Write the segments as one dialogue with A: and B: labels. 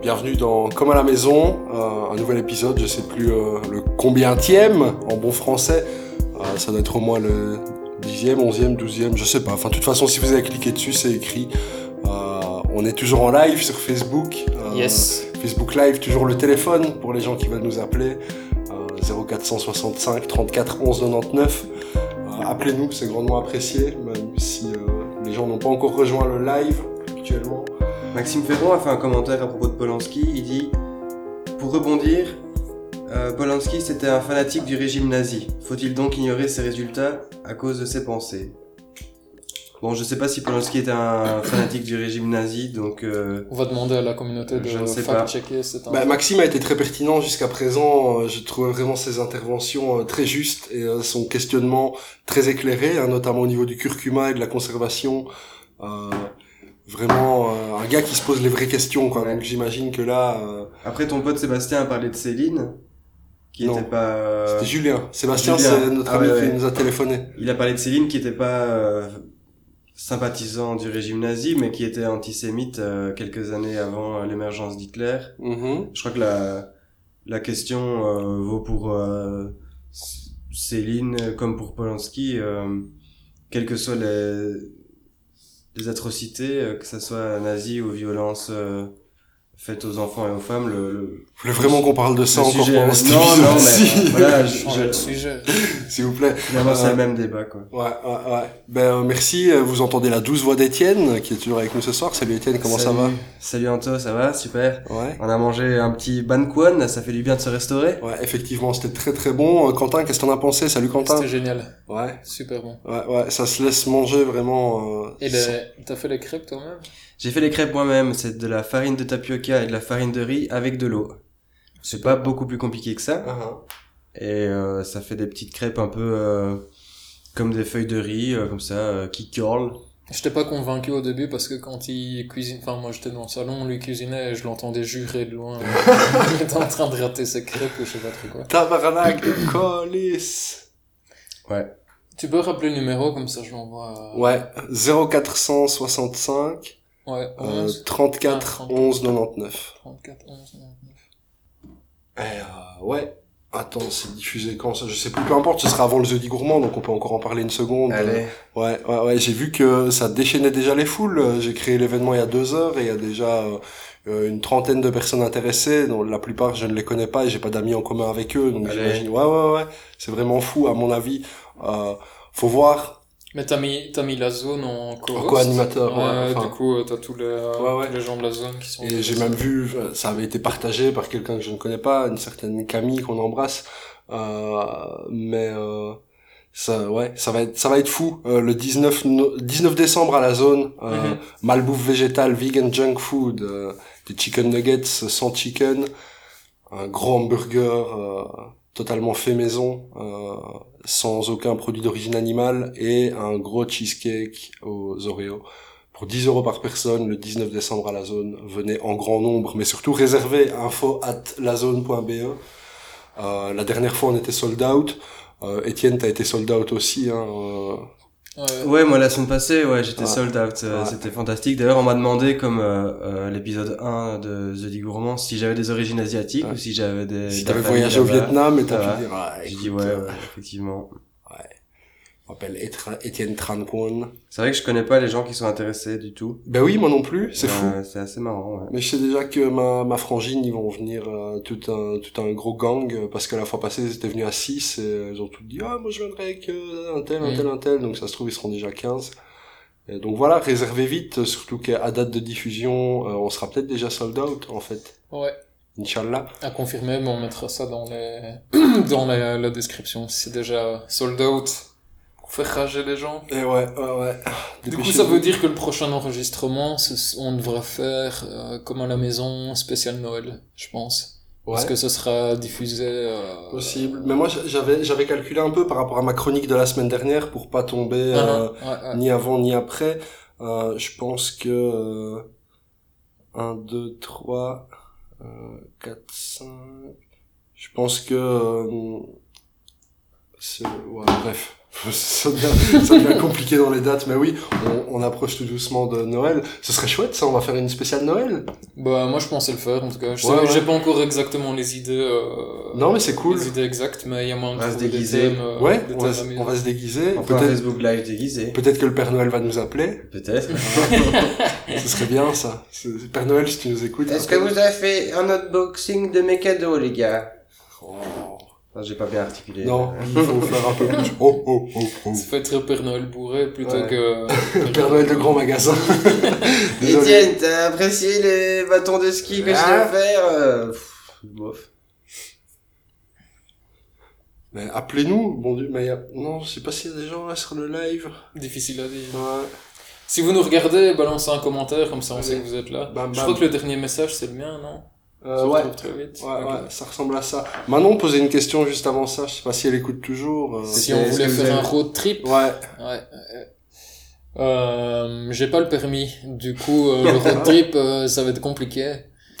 A: Bienvenue dans Comme à la maison, euh, un nouvel épisode, je sais plus euh, le combien tième en bon français. Euh, ça doit être au moins le dixième, onzième, douzième, je sais pas. Enfin, de toute façon, si vous avez cliqué dessus, c'est écrit. Euh, on est toujours en live sur Facebook. Euh,
B: Yes.
A: Facebook Live, toujours le téléphone pour les gens qui veulent nous appeler. Euh, 0465 34 11 99. Euh, Appelez-nous, c'est grandement apprécié, même si euh, les gens n'ont pas encore rejoint le live actuellement.
C: Maxime Ferron a fait un commentaire à propos de Polanski. Il dit Pour rebondir, euh, Polanski c'était un fanatique du régime nazi. Faut-il donc ignorer ses résultats à cause de ses pensées Bon, je sais pas si Polanski était un fanatique du régime nazi, donc. euh,
B: On va demander à la communauté de
C: Je ne sais
B: fact-checker. C'est un...
A: Bah, Maxime a été très pertinent jusqu'à présent. Euh, Je trouvais vraiment ses interventions euh, très justes et euh, son questionnement très éclairé, hein, notamment au niveau du curcuma et de la conservation. Euh, vraiment euh, un gars qui se pose les vraies questions. Quoi.
C: Ouais.
A: Donc j'imagine que là, euh,
C: Après, ton pote Sébastien a parlé de Céline, qui
A: Non.
C: était pas. euh,
A: c'était Julien. Sébastien,
C: Julien.
A: c'est notre
C: Ah,
A: ami
C: ouais,
A: qui
C: ouais.
A: nous a téléphoné.
C: Il a parlé de Céline qui était pas euh, sympathisant du régime nazi, mais qui était antisémite euh, quelques années avant euh, l'émergence d'Hitler.
A: Mhm.
C: Je crois que la, la question euh, vaut pour euh, C- Céline euh, comme pour Polanski, euh, quelles que soient les, les atrocités, euh, que ce soit nazi ou violences euh, faites aux enfants et aux femmes. Le, le,
A: Vous voulez vraiment qu'on parle de ça
C: le
A: encore
C: sujet-
A: pendant cet
C: Non,
A: épisode
C: non, mais
A: Si.
C: voilà, je-
B: Changer le
C: je-
B: sujet.
A: S'il vous plaît.
C: finalement c'est
A: Ouais.
C: le même débat. Quoi.
A: Ouais, ouais, ouais. Ben, euh, merci. Euh, Vous entendez la douce voix d'Étienne, qui est toujours avec nous ce soir. Salut Étienne, comment
C: Salut. Salut Anto, ça va Super.
A: ça va Ouais.
C: On a mangé un petit ban Kwan, ça fait du bien de se restaurer.
A: Ouais, effectivement, c'était très très bon. Euh, Quentin, qu'est-ce que t'en as pensé Salut Quentin.
B: C'était génial.
A: Ouais,
B: Super bon.
A: ouais, ouais, ça se laisse manger vraiment. euh,
B: Et
A: sans-
B: les- t'as fait les crêpes toi-même
C: J'ai fait les crêpes moi-même, c'est de la farine de tapioca et de la farine de riz avec de l'eau. C'est pas beaucoup plus compliqué que ça. hein.
A: Ah,
C: Et euh, ça fait des petites crêpes un peu euh, comme des feuilles de riz, euh, comme ça, euh, qui curlent.
B: Je t'ai pas convaincu au début parce que quand il cuisine, enfin moi j'étais dans le salon, lui cuisinait et je l'entendais jurer de loin. il était en train de rater ses crêpes ou je sais pas trop quoi.
A: hein. Tabarnak de colis
B: Tu peux rappeler le numéro comme ça je l'envoie. euh, à-
A: Ouais, 0465
B: Ouais,
A: euh,
B: 11,
A: 34 11 99.
B: 34, 11, 99.
A: Eh,
B: Ah,
A: euh, ouais. Attends, c'est diffusé quand ça Je sais plus, peu importe, ce sera avant le jeudi gourmand, donc on peut encore en parler une seconde.
C: Allez.
A: Ouais, ouais, ouais, j'ai vu que ça déchaînait déjà les foules. Euh, J'ai créé l'événement il y a deux heures et il y a déjà euh, euh, une trentaine de personnes intéressées, dont la plupart je ne les connais pas et j'ai pas d'amis en commun avec eux, donc
C: Allez.
A: j'imagine. Ouais, ouais, ouais, c'est vraiment fou à mon avis. Euh, faut voir.
B: Mais t'as mis, t'as mis la zone en co-host.
A: En co-animateur, ouais,
B: Ouais,
A: enfin.
B: Du coup, euh, t'as tous les, euh,
A: Ouais, ouais.
B: tous les gens de la zone qui sont.
A: Et j'ai même vu, euh, ça avait été partagé par quelqu'un que je ne connais pas, une certaine Camille qu'on embrasse. Euh, mais euh, ça, ouais, ça va être, ça va être fou. Euh, le 19, no- 19 décembre à la zone, euh,
B: Mhm.
A: malbouffe végétale, vegan junk food, euh, des chicken nuggets sans chicken, un gros hamburger euh, totalement fait maison, euh, sans aucun produit d'origine animale, et un gros cheesecake aux Oreos. Pour 10 euros par personne, le 19 décembre à la zone, venez en grand nombre, mais surtout réservez info at lazone.be. Euh, la dernière fois, on était sold out. Euh, Étienne, t'as été sold out aussi. Hein, euh,
B: Ouais.
C: Ouais, moi la semaine passée, ouais, j'étais
A: Ouais.
C: sold out, euh,
A: Ouais.
C: c'était fantastique. D'ailleurs, on m'a demandé, comme euh, euh, l'épisode 1 de The Dig Gourmand, si j'avais des origines asiatiques
A: Ouais.
C: ou si j'avais des...
A: si
C: de
A: t'avais
C: la famille
A: voyagé au
C: Euh, là-bas.
A: Vietnam, et
C: ça
A: t'as
C: va.
A: pu dire... Ah,
C: J'ai dit
A: écoute,
C: ouais,
A: euh,
C: ouais, effectivement.
A: On m'appelle Etra- Étienne Tran Kwon.
C: C'est vrai que je connais pas les gens qui sont intéressés du tout.
A: Ben oui, moi non plus, c'est fou.
C: Euh, C'est assez marrant, ouais.
A: Mais je sais déjà que ma, ma frangine, ils vont venir euh, tout, un, tout un gros gang, euh, parce que la fois passée, ils étaient venus à 6, et euh, ils ont tout dit, ah, moi je viendrai avec euh, un tel, un
B: Mm.
A: tel, un tel, donc ça se trouve, ils seront déjà 15. Et donc voilà, réservez vite, euh, surtout qu'à date de diffusion, euh, on sera peut-être déjà sold out, en fait.
B: Ouais.
A: Inch'Allah.
B: À confirmer, mais on mettra ça dans les, dans la- la description. si C'est déjà sold out pour faire rager les gens.
A: Et ouais, ouais, ouais.
B: Du coup,
A: Dépêchez-vous.
B: ça veut dire que le prochain enregistrement, ce- on devra faire euh, comme à la maison, spécial Noël, je pense.
A: Ouais.
B: Parce que ce sera diffusé. euh,
A: Possible. Mais moi, j'avais, j'avais calculé un peu par rapport à ma chronique de la semaine dernière pour pas tomber,
B: Ah, ah,
A: euh,
B: ouais, ouais.
A: ni avant ni après. Euh, je pense que euh, 1, 2, 3, euh, 4, 5. Je pense que euh, c'est ouais, bref. ça devient, ça devient compliqué dans les dates, mais oui, on, on approche tout doucement de Noël. Ce serait chouette, ça, on va faire une spéciale Noël.
B: Bah, moi, je pensais le faire, en tout cas. Je
A: Ouais,
B: sais-
A: ouais.
B: J'ai pas encore exactement les idées. euh,
A: Non, mais c'est cool.
B: Les idées exactes, mais il y a moyen
C: On va
B: de
C: se
B: trouver des
C: déguiser.
B: thèmes. euh,
A: Ouais,
B: des
A: on va,
B: thèmes
A: se-
B: amusants.
A: on va se déguiser.
C: On peut un
A: Peut-être
C: Facebook Live déguisé.
A: peut-être que le Père Noël va nous appeler.
C: Peut-être.
A: Ce serait bien, ça. C'est- Père Noël, si tu nous écoutes.
C: avez fait un unboxing de mes cadeaux, les gars
A: Oh.
C: Non, j'ai pas bien articulé.
A: Non, il faut faire un peu plus. Oh, oh, oh, oh.
B: Ça fait très Père Noël bourré plutôt
C: Ouais.
B: que. euh,
A: Père Noël de grand magasin. Désolé.
C: Etienne, t'as apprécié les bâtons de ski que
A: Ah.
C: je vais faire euh, pff, Bof.
A: Mais appelez-nous, bon Dieu. Mais y a- non, je sais pas s'il y a des gens là sur le live.
B: Difficile à dire.
A: Ouais.
B: Si vous nous regardez, balancez un commentaire, comme ça on
A: Allez.
B: sait que vous êtes là.
A: Bam,
B: Je
A: bam.
B: crois que le dernier message c'est le mien, non
A: Euh,
B: Ça se
A: ouais.
B: retrouve très vite.
A: Ouais,
B: Ok.
A: ouais, ça ressemble à ça. Manon posait une question juste avant ça, je sais pas si elle écoute toujours. euh.
B: Si
C: C'était-
B: on
C: est-ce
B: voulait
C: que vous
B: faire
C: avez-
B: un road trip. Ouais.
A: Ouais,
B: ouais. Euh, J'ai pas le permis, du coup euh, le road trip euh, ça va être compliqué.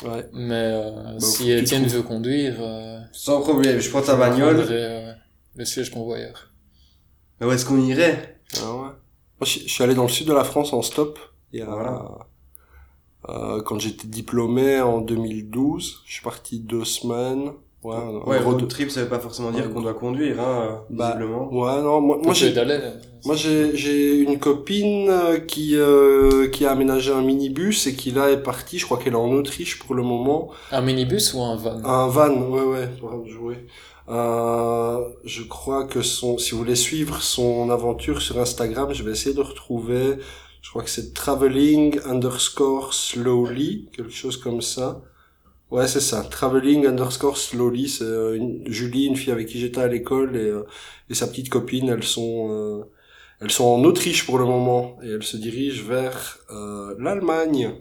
A: ouais.
B: Mais euh,
A: faut
B: si
A: que tu
B: Étienne
A: trouves.
B: veut conduire, euh,
C: Sans problème, je prends ta
B: je
C: bagnole.
B: prendrai, euh, le siège convoyeur.
C: Mais où est-ce qu'on irait
A: Ah ouais. Moi, je je suis allé dans le sud de la France en stop. Il y a-
C: Voilà.
A: euh, quand j'étais diplômé en 2012, je suis parti deux semaines. Ouais, un
C: Ouais,
A: gros
C: road
A: deux-
C: trip, ça veut pas forcément dire
A: Ouais.
C: qu'on doit conduire, hein, euh,
A: Bah,
C: visiblement.
A: Ouais, non, moi, moi
B: Moi
A: j'ai
B: d'aller.
A: Moi, j'ai j'ai une copine euh, qui euh, qui a aménagé un minibus et qui là est partie. Je crois qu'elle est en Autriche pour le moment.
B: Un minibus ou un van
A: Un van, ouais, ouais, pour jouer. Euh, je crois que son, si vous voulez suivre son aventure sur Instagram, je vais essayer de retrouver. Je crois que c'est traveling underscore slowly, quelque chose comme ça. Ouais, c'est ça. Traveling underscore slowly, c'est euh, une- Julie, une fille avec qui j'étais à l'école et, euh, et sa petite copine, elles sont euh, elles sont en Autriche pour le moment et elles se dirigent vers euh, l'Allemagne.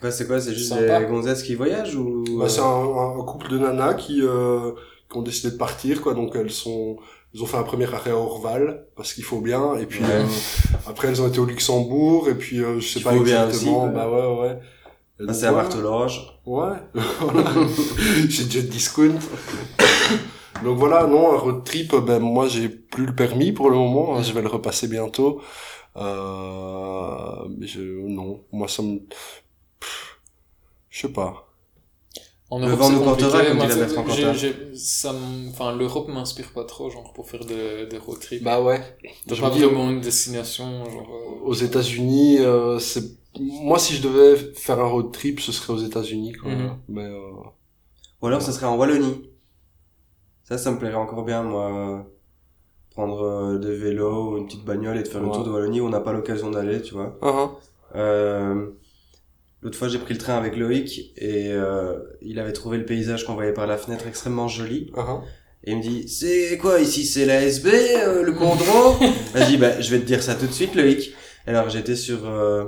C: Bah, c'est quoi, c'est juste
B: Sympa.
C: des gonzesses qui voyagent ou
A: Bah, c'est un, un- un couple de nanas qui, euh, qui ont décidé de partir, quoi. Donc elles sont, elles ont fait un premier arrêt à Orval parce qu'il faut bien. Et puis
C: Ouais.
A: euh, après elles ont été au Luxembourg et puis euh, je sais
C: Il
A: pas
C: faut bien
A: exactement.
C: aussi,
A: bah ouais ouais. Et
C: Bah,
A: donc,
C: c'est à
A: ouais.
C: Martelange.
A: Ouais. Voilà. j'ai déjà de discount. donc voilà, non, un road trip. Ben moi j'ai plus le permis pour le moment. hein, je vais le repasser bientôt. Euh, mais je, non, moi ça me, Pff, je sais pas.
B: En
C: Le
B: Europe,
C: vent
B: c'est
C: nous portera,
B: compliqué.
C: comme dit
B: Moi,
C: la
B: ça-
C: maître en
B: j'ai-
C: Quentin.
B: j'ai- ça m- Enfin, l'Europe m'inspire pas trop, genre, pour faire des, des road trips.
A: Bah ouais.
B: T'as
A: Je
B: pas
A: me dis,
B: vraiment une destination, genre... euh,
A: aux États-Unis, euh, c'est moi si je devais faire un road trip, ce serait aux États-Unis quoi.
B: Mhm.
A: Mais euh,
C: Ou alors, ça serait en Wallonie. Ça, ça me plairait encore bien, moi. euh, Prendre euh, des vélos ou une petite bagnole et de faire le
A: Ouais.
C: tour de Wallonie où on n'a pas l'occasion d'aller, tu vois. Euh, L'autre fois, j'ai pris le train avec Loïc et euh, il avait trouvé le paysage qu'on voyait par la fenêtre extrêmement joli. Et il me dit C'est quoi ici C'est la SB euh, Le Condro Vas-y, bah, je vais te dire ça tout de suite, Loïc. Alors, j'étais sur euh,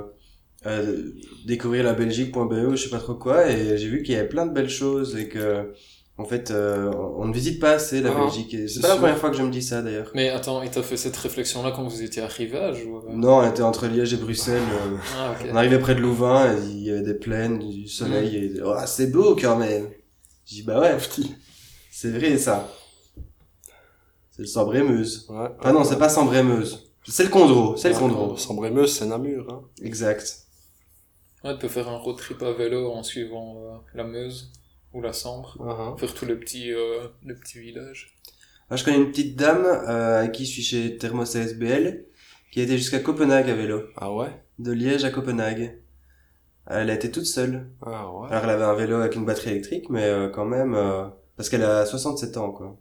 C: euh, découvrir la Belgique.be ou je sais pas trop quoi et j'ai vu qu'il y avait plein de belles choses et que, en fait, euh, on on ne visite pas assez la
A: Ah,
C: Belgique. Et
A: c'est
C: C'est pas la
A: sûr.
C: première fois que je me dis ça d'ailleurs.
B: Mais attends, et t'as fait cette réflexion-là quand vous étiez à Rivage ou... euh,
C: Non, on était entre Liège et Bruxelles. euh,
B: Ah, ok.
C: On arrivait près de Louvain, et il y avait des plaines, du soleil, et oh, c'est beau quand même. Je dis bah ouais, petit. C'est vrai ça. C'est le Sambrémeuse.
A: ouais.
C: Ah non, c'est pas Sambrémeuse. C'est le Condro, c'est le
A: Ah,
C: Condro.
A: Sambrémeuse, Sambrémeuse, c'est Namur. Hein.
C: Exact.
B: Ouais, tu peux faire un road trip à vélo en suivant euh, la Meuse ou la Sambre. Faire tous les petits, euh, les petits villages.
C: Moi, Ah, je connais une petite dame euh, à qui je suis chez Thermos ASBL, qui a été jusqu'à Copenhague à vélo.
A: Ah ouais.
C: De Liège à Copenhague. Elle a été toute seule.
A: Ah ouais.
C: Alors elle avait un vélo avec une batterie électrique, mais euh, quand même... euh, parce qu'elle a 67 ans, quoi.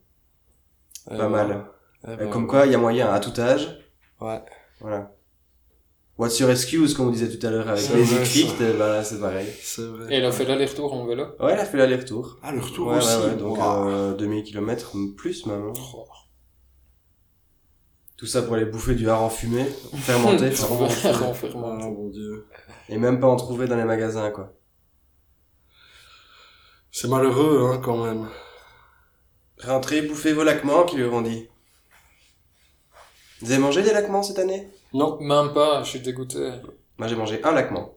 A: Eh
C: Ah, Pas
A: ben,
C: mal.
A: eh
C: Euh,
A: ben,
C: Comme quoi, il y a moyen à tout âge.
A: Ouais.
C: Voilà. What's your excuse, comme on disait tout à l'heure avec
A: C'est
C: Basic
A: vrai,
C: Fit,
A: ça.
C: euh, bah, c'est pareil.
A: C'est vrai.
B: Et elle a fait l'aller-retour en vélo
C: Ouais, elle a fait l'aller-retour.
A: Ah le retour
C: Ouais, ouais,
A: aussi.
C: ouais, donc
A: Waouh.
C: euh, 2000 km plus même. hein.
B: Oh,
C: Tout ça pour aller bouffer du hareng fumé,
B: Hmm.
C: fermenté,
B: ça
C: pardon.
B: va faire
A: Ah
B: enfermement.
A: mon dieu.
C: et même pas en trouver dans les magasins, quoi.
A: C'est malheureux hein quand même.
C: Rentrez, bouffez vos laquements, qui lui auront dit. Vous avez mangé des laquements cette année
A: Non.
B: Même pas, je suis dégoûté.
C: Moi, j'ai mangé un laquement.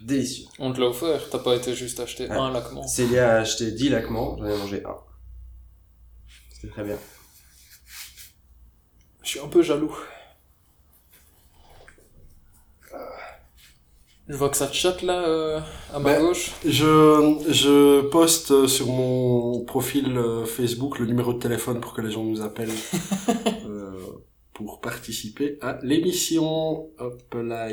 C: Délicieux.
B: On te l'a offert, t'as pas été juste acheter
C: Ah.
B: un
A: Oh.
B: laquement.
C: Célia a acheté 10 laquements, j'en ai mangé un. C'était très bien.
B: Je suis un peu jaloux. Euh, Je vois que ça chatte là, euh, à ma
A: Ben,
B: gauche.
A: Je, je poste sur mon profil euh, Facebook le numéro de téléphone pour que les gens nous appellent euh, pour participer à l'émission. Hop là.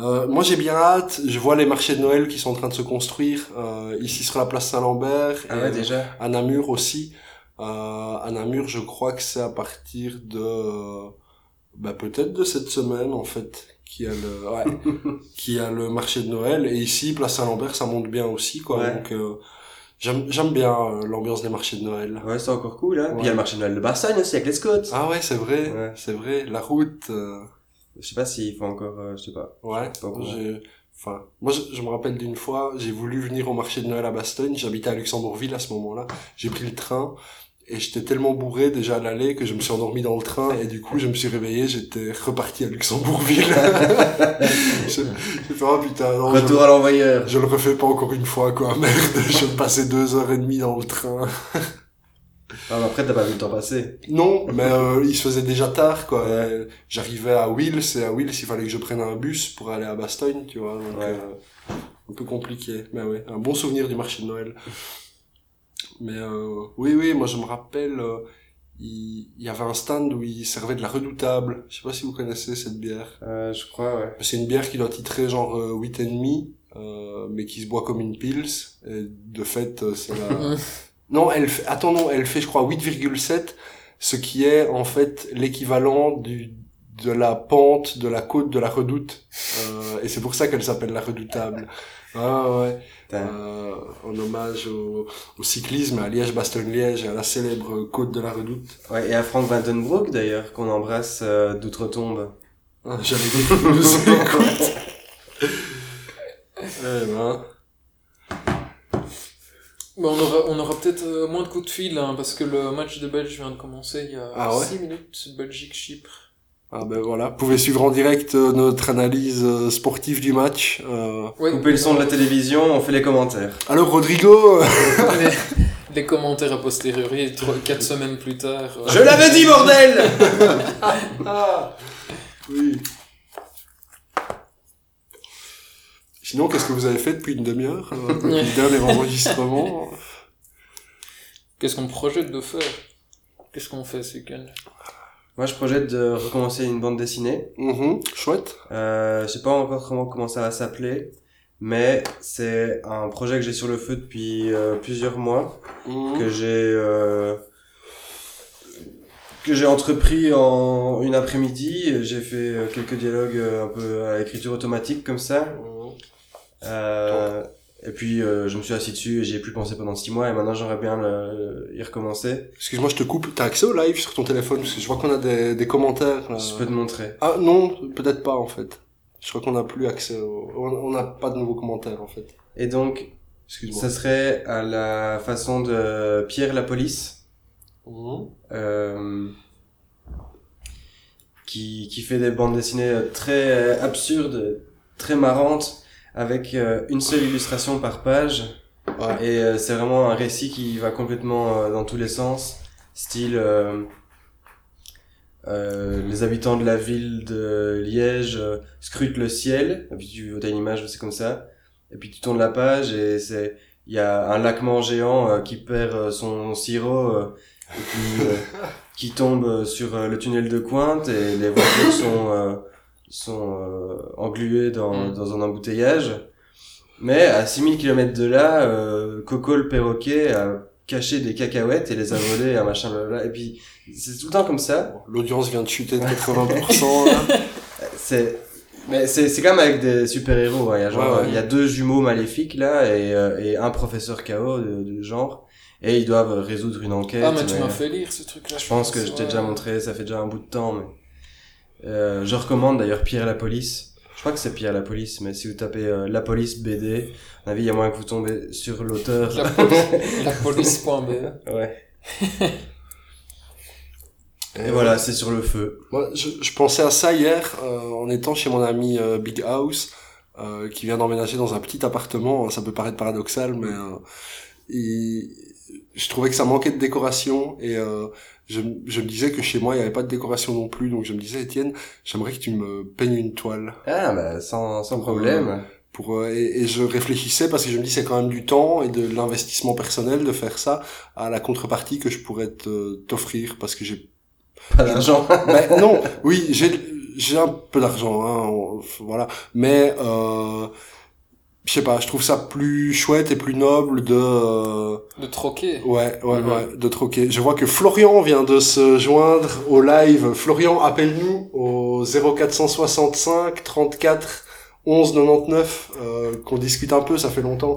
A: Euh, moi j'ai bien hâte, je vois les marchés de Noël qui sont en train de se construire euh, ici sur la place Saint-Lambert
C: Ah
A: et
C: ouais, déjà.
A: à Namur aussi. Euh, à Namur je crois que c'est à partir de... Bah peut-être de cette semaine en fait qui a le ouais, qui a le marché de Noël et ici place Saint-Lambert ça monte bien aussi quoi
C: Ouais.
A: donc euh, j'aime j'aime bien euh, l'ambiance des marchés de Noël
C: Ouais, c'est encore cool, hein. Puis il y a
A: Ouais.
C: le marché de Noël de Barcelone aussi, avec les Scots.
A: ah ouais c'est vrai
C: Ouais.
A: c'est vrai la route euh,
C: Je sais pas s'il faut encore, euh, je sais pas.
A: ouais
C: Pas bon.
A: j'ai- enfin moi je, je me rappelle d'une fois j'ai voulu venir au marché de Noël à Bastogne j'habitais à Luxembourgville à ce moment-là j'ai pris le train et j'étais tellement bourré déjà à l'aller que je me suis endormi dans le train et du coup je me suis réveillé j'étais reparti à Luxembourgville Je- j'ai fait oh putain non, je-
C: Retour à l'envoyeur.
A: Je le refais pas encore une fois, quoi. Merde, je passais deux heures et demie dans le train.
C: Ah, mais après, t'as pas vu le temps passer.
A: Non, mais euh, il se faisait déjà tard, quoi.
C: Ouais.
A: Euh, J'arrivais à Wills, et à Wills, il fallait que je prenne un bus pour aller à Bastogne, tu vois. Donc,
C: Ouais.
A: euh, un peu compliqué. Mais ouais, un bon souvenir du marché de Noël. Mais euh, oui, oui, moi je me rappelle, euh, il il y avait un stand où il servait de la redoutable. Je sais pas si vous connaissez cette bière.
C: Euh, je crois, ouais.
A: C'est une bière qui doit titrer genre euh, 8,5, euh, mais qui se boit comme une pils. Et de fait, euh, c'est la... non, elle fait... Attends, non, elle fait, je crois, 8,7, ce qui est en fait l'équivalent du de la pente de la côte de la redoute. Euh, et c'est pour ça qu'elle s'appelle la redoutable. Ah ouais.
C: Putain.
A: Euh, en hommage au, au cyclisme, à Liège-Bastogne-Liège et à la célèbre côte de la redoute.
C: Ouais, et à Frank Vandenbroek, d'ailleurs, qu'on embrasse euh, d'outre-tombe.
A: Ah, J'avais dit que je sais quoi. Eh ben.
B: Bah, on aura, on aura peut-être euh, moins de coups de fil, hein, parce que le match de Belge vient de commencer il y a
A: Ah ouais
B: 6 minutes, Belgique-Chypre.
A: Ah ben voilà, vous pouvez suivre en direct euh, notre analyse euh, sportive du match. Euh...
B: Ouais,
C: Coupez le son de la télévision, on fait les commentaires.
A: Alors Rodrigo, euh,
B: les, les commentaires a posteriori, 4 semaines plus tard. euh, Ah.
C: Je l'avais dit, bordel
A: oui. Sinon, qu'est-ce que vous avez fait depuis une demi-heure, euh, depuis le dernier enregistrement
B: Qu'est-ce qu'on projette de faire Qu'est-ce qu'on fait ce week-end
C: Moi, je projette de recommencer une bande dessinée.
A: Mhm, Chouette.
C: Euh, je sais pas encore comment, comment ça va s'appeler, mais c'est un projet que j'ai sur le feu depuis euh, plusieurs mois,
A: Mhm.
C: que j'ai euh, que j'ai entrepris en une après-midi. J'ai fait euh, quelques dialogues euh, un peu à l'écriture automatique comme ça.
A: Mhm.
C: Euh, et puis euh, je me suis assis dessus et j'y ai plus pensé pendant six mois et maintenant j'aimerais bien le- y recommencer.
A: Excuse-moi, je te coupe. T'as accès au live sur ton téléphone Parce que je vois qu'on a des, des commentaires. là.
C: Je peux te montrer.
A: Ah non, peut-être pas en fait. Je crois qu'on n'a plus accès au... On on n'a pas de nouveaux commentaires en fait.
C: Et donc
A: Excuse-moi.
C: Ça serait à la façon de Pierre la police,
A: Mhm.
C: euh, qui, qui fait des bandes dessinées très euh, absurdes, très marrantes, avec euh, une seule illustration par page.
A: Ouais.
C: Et euh, c'est vraiment un récit qui va complètement euh, dans tous les sens, style euh, euh, les habitants de la ville de Liège euh, scrutent le ciel, et puis tu as une image, c'est comme ça, et puis tu tournes la page et c'est il y a un laquement géant euh, qui perd euh, son sirop euh, et puis euh, qui tombe euh, sur euh, le tunnel de Cointe et les voitures sont euh, sont euh, engluées dans
B: Mm.
C: dans un embouteillage. Mais à 6000 km de là, euh, Coco le perroquet a caché des cacahuètes et les a volées à machin blablabla. Et puis c'est tout le temps comme ça.
A: Bon, L'audience vient de chuter de 80%. là.
C: C'est mais c'est c'est quand même avec des super héros. Il y a genre
A: Ouais, ouais.
C: il y a deux jumeaux maléfiques là et, euh, et un professeur KO de, de genre et ils doivent résoudre une enquête.
B: Ah, mais tu
C: mais
B: m'as fait lire ce truc-là.
C: Je pense que je t'ai
B: ouais.
C: déjà montré. Ça fait déjà un bout de temps. Mais euh, je recommande d'ailleurs Pierre la police. Je crois que c'est Pierre la police, mais si vous tapez euh, la police BD, à mon avis, il y a moyen que vous tombez sur l'auteur.
B: La police- la police.be.
C: Ouais. Et voilà, c'est sur le feu.
A: Moi, je, je pensais à ça hier euh, en étant chez mon ami euh, Big House, euh, qui vient d'emménager dans un petit appartement. Ça peut paraître
C: Mm.
A: paradoxal, mais euh, il- je trouvais que ça manquait de décoration et euh, je, m- je me disais que chez moi, il n'y avait pas de décoration non plus, donc je me disais, Étienne, j'aimerais que tu me peignes une toile.
C: Ah, bah, sans, sans problème.
A: Pour, euh, et, et je réfléchissais parce que je me dis, c'est quand même du temps et de l'investissement personnel de faire ça à la contrepartie que je pourrais te- t'offrir parce que j'ai...
C: Pas d'argent.
A: Ben, non, oui, j'ai j'ai un peu d'argent, hein, on- voilà. Mais, euh, je sais pas, je trouve ça plus chouette et plus noble de... euh,
B: De troquer.
A: Ouais, ouais,
C: Mm-hmm.
B: Mhm.
A: ouais, de troquer. Je vois que Florian vient de se joindre au live. Florian, appelle-nous au 0465 34 11 99, euh, qu'on discute un peu, ça fait longtemps.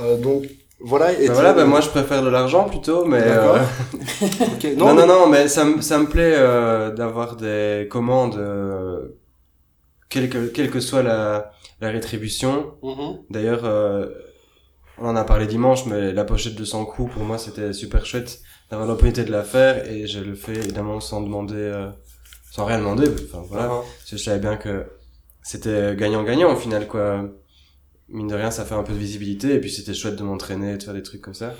A: Euh, donc, voilà. Et
C: Bah voilà, bah moi je préfère de l'argent plutôt, mais...
A: D'accord.
C: euh,
A: Ok,
C: Non,
A: Non,
C: non, non, mais ça, me- ça me plaît euh, d'avoir des commandes, euh, quelle, que, quelle que soit la, la rétribution.
A: Mhm.
C: D'ailleurs, euh, on en a parlé dimanche, mais la pochette de 100 coups, pour moi, c'était super chouette d'avoir l'opportunité de la faire, et je le fais évidemment sans demander, euh, sans rien demander, enfin voilà, parce que je savais bien que c'était gagnant-gagnant au final, quoi. Mine de rien, ça fait un peu de visibilité, et puis c'était chouette de m'entraîner, de faire des trucs comme ça.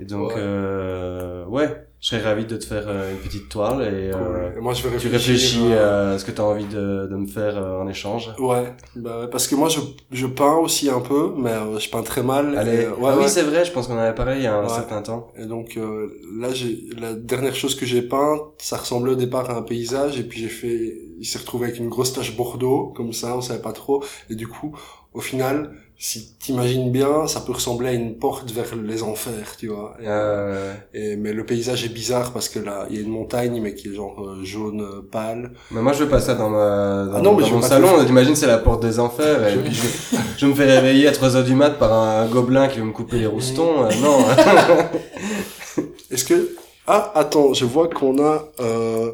C: Et donc,
B: Ouais.
C: euh, ouais, je serais ravi de te faire euh, une petite toile, et
A: Cool.
C: euh,
A: Et moi, je vais
C: tu
A: réfléchir.
C: réfléchis
A: euh,
C: à ce que tu as envie de, de me faire euh, en échange.
A: Ouais, bah, parce que moi, je, je peins aussi un peu, mais euh, je peins très mal.
C: Allez,
A: Et, euh, ouais,
C: Ah oui,
A: ouais.
C: c'est vrai, je pense qu'on en avait parlé il y a un
A: Ouais.
C: certain temps.
A: Et donc euh, là, j'ai la dernière chose que j'ai peinte, ça ressemblait au départ à un paysage, et puis j'ai fait, il s'est retrouvé avec une grosse tache bordeaux, comme ça, on savait pas trop. Et du coup, au final, si t'imagines bien, ça peut ressembler à une porte vers les enfers, tu vois. Et,
C: Euh,
A: et- mais le paysage est bizarre parce que là, il y a une montagne, mais qui est genre euh, jaune euh, pâle.
C: mais moi je veux pas ça dans ma dans,
A: Ah non, mais
C: dans
A: je
C: mon
A: veux pas
C: salon,
A: ça.
C: t'imagines c'est la porte des enfers et puis je, je me fais réveiller à 3 heures du mat par un gobelin qui veut me couper les roustons, euh, non.
A: Est-ce que ah attends, je vois qu'on a euh,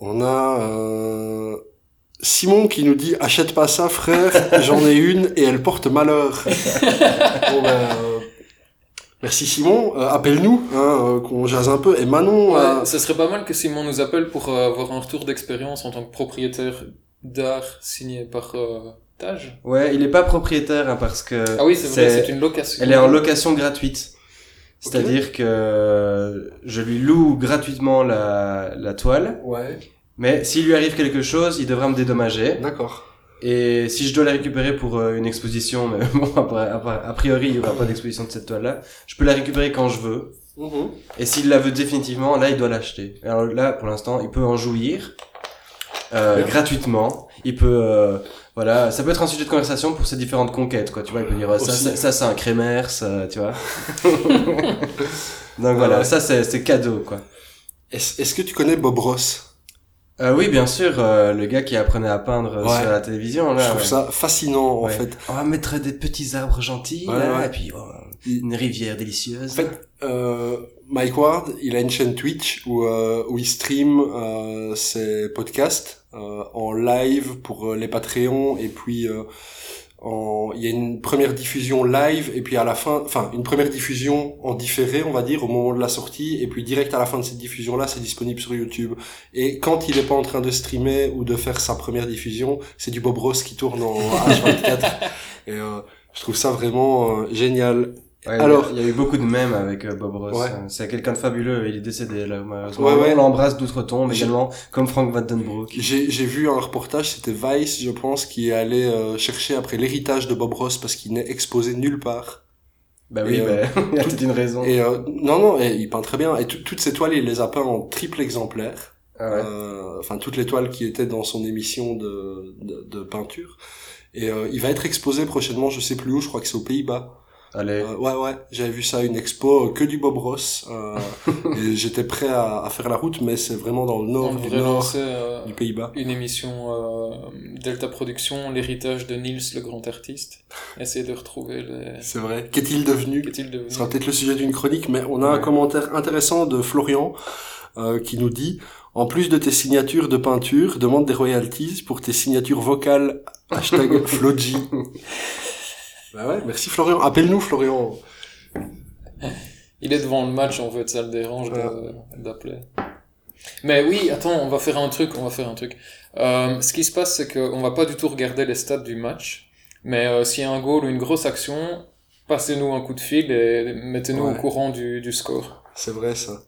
A: on a euh, Simon qui nous dit achète pas ça frère, j'en ai une et elle porte malheur. Bon, ben, euh, merci Simon, Euh, appelle-nous hein, euh, qu'on jase un peu et Manon
B: Ouais,
A: euh,
B: ça serait pas mal que Simon nous appelle pour euh, avoir un retour d'expérience en tant que propriétaire d'art signé par euh, Tage.
C: Ouais, il est pas propriétaire hein, parce que
A: Euh,
B: Ah oui, c'est vrai, c'est une location.
C: elle est en location gratuite. C'est-à-dire que je lui loue gratuitement la, la toile,
A: ouais,
C: mais s'il lui arrive quelque chose, il devra me dédommager.
A: d'accord.
C: Et si je dois la récupérer pour euh, une exposition, mais bon, après- après- a priori, il n'y aura pas d'exposition de cette toile-là, je peux la récupérer quand je veux. Et s'il la veut définitivement, là, il doit l'acheter. Alors là, pour l'instant, il peut en jouir euh,
A: Bien.
C: gratuitement. Il peut... euh, voilà, ça peut être un sujet de conversation pour ses différentes conquêtes, quoi. Tu vois, il peut dire, euh, ça,
A: Aussi.
C: ça, ça, c'est un crémer, ça, tu vois. Donc voilà,
A: Ouais.
C: ça, c'est c'est cadeau, quoi.
A: Est-ce est-ce que tu connais Bob Ross
C: Euh, oui, bien sûr, euh, le gars qui apprenait à peindre euh,
A: Ouais.
C: sur la télévision, là.
A: Je trouve
C: ouais.
A: ça fascinant en
C: Ouais.
A: fait.
C: On va mettre des petits arbres gentils,
A: Ouais,
C: là,
A: ouais.
C: et puis oh,
A: Il-
C: une rivière délicieuse.
A: En fait, euh, Mike Ward, il a une chaîne Twitch où, euh, où il stream euh, ses podcasts euh, en live pour euh, les Patreons et puis euh, en, il y a une première diffusion live et puis à la fin, enfin une première diffusion en différé, on va dire, au moment de la sortie et puis direct à la fin de cette diffusion là, c'est disponible sur YouTube. Et quand il n'est pas en train de streamer ou de faire sa première diffusion, c'est du Bob Ross qui tourne en H24 et euh, je trouve ça vraiment euh, génial.
C: Ouais,
A: alors-
C: il y a eu beaucoup de mèmes avec euh, Bob Ross.
A: Ouais.
C: Euh, C'est quelqu'un de fabuleux, il est décédé là, malheureusement.
A: Ouais, ouais.
C: On l'embrasse d'outre tombe
A: J'ai-
C: également, comme Frank Vandenbroek.
A: J'ai j'ai vu un reportage, c'était Vice, je pense, qui est allé euh, chercher après l'héritage de Bob Ross parce qu'il n'est exposé nulle part.
C: Bah oui,
A: Et, euh,
C: bah, il y a
A: tout-
C: toute une raison.
A: Et euh, non, non, et il peint très bien. Et tout- toutes ces toiles, il les a peintes en triple exemplaire.
C: Ah ouais.
A: Euh, Enfin, toutes les toiles qui étaient dans son émission de, de, de peinture. Et euh, il va être exposé prochainement, je sais plus où, je crois que c'est aux Pays-Bas.
C: Allez.
A: Euh, ouais, ouais, j'avais vu ça, une expo euh, que du Bob Ross. euh, et j'étais prêt à, à faire la route, mais c'est vraiment dans le nord
B: On
A: du
B: devrait
A: nord
B: lancer euh,
A: du Pays-Bas.
B: une émission euh, Delta Production, l'héritage de Nils, le grand artiste. Essayer de retrouver les...
A: C'est vrai. Qu'est-il devenu
B: Qu'est-il devenu
A: Ce sera peut-être le sujet d'une chronique, mais on a un
C: Ouais.
A: commentaire intéressant de Florian euh, qui nous dit En plus de tes signatures de peinture, demande des royalties pour tes signatures vocales. Hashtag Floji. bah ouais, merci Florian. Appelle-nous Florian.
B: Il est devant le match, en fait, ça le dérange de-
A: Ouais.
B: d'appeler. Mais oui, attends, on va faire un truc, on va faire un truc. Euh, ce qui se passe, c'est qu'on va pas du tout regarder les stats du match, mais euh, s'il y a un goal ou une grosse action, passez-nous un coup de fil et mettez-nous
A: Ouais.
B: au courant du, du score.
A: C'est vrai ça.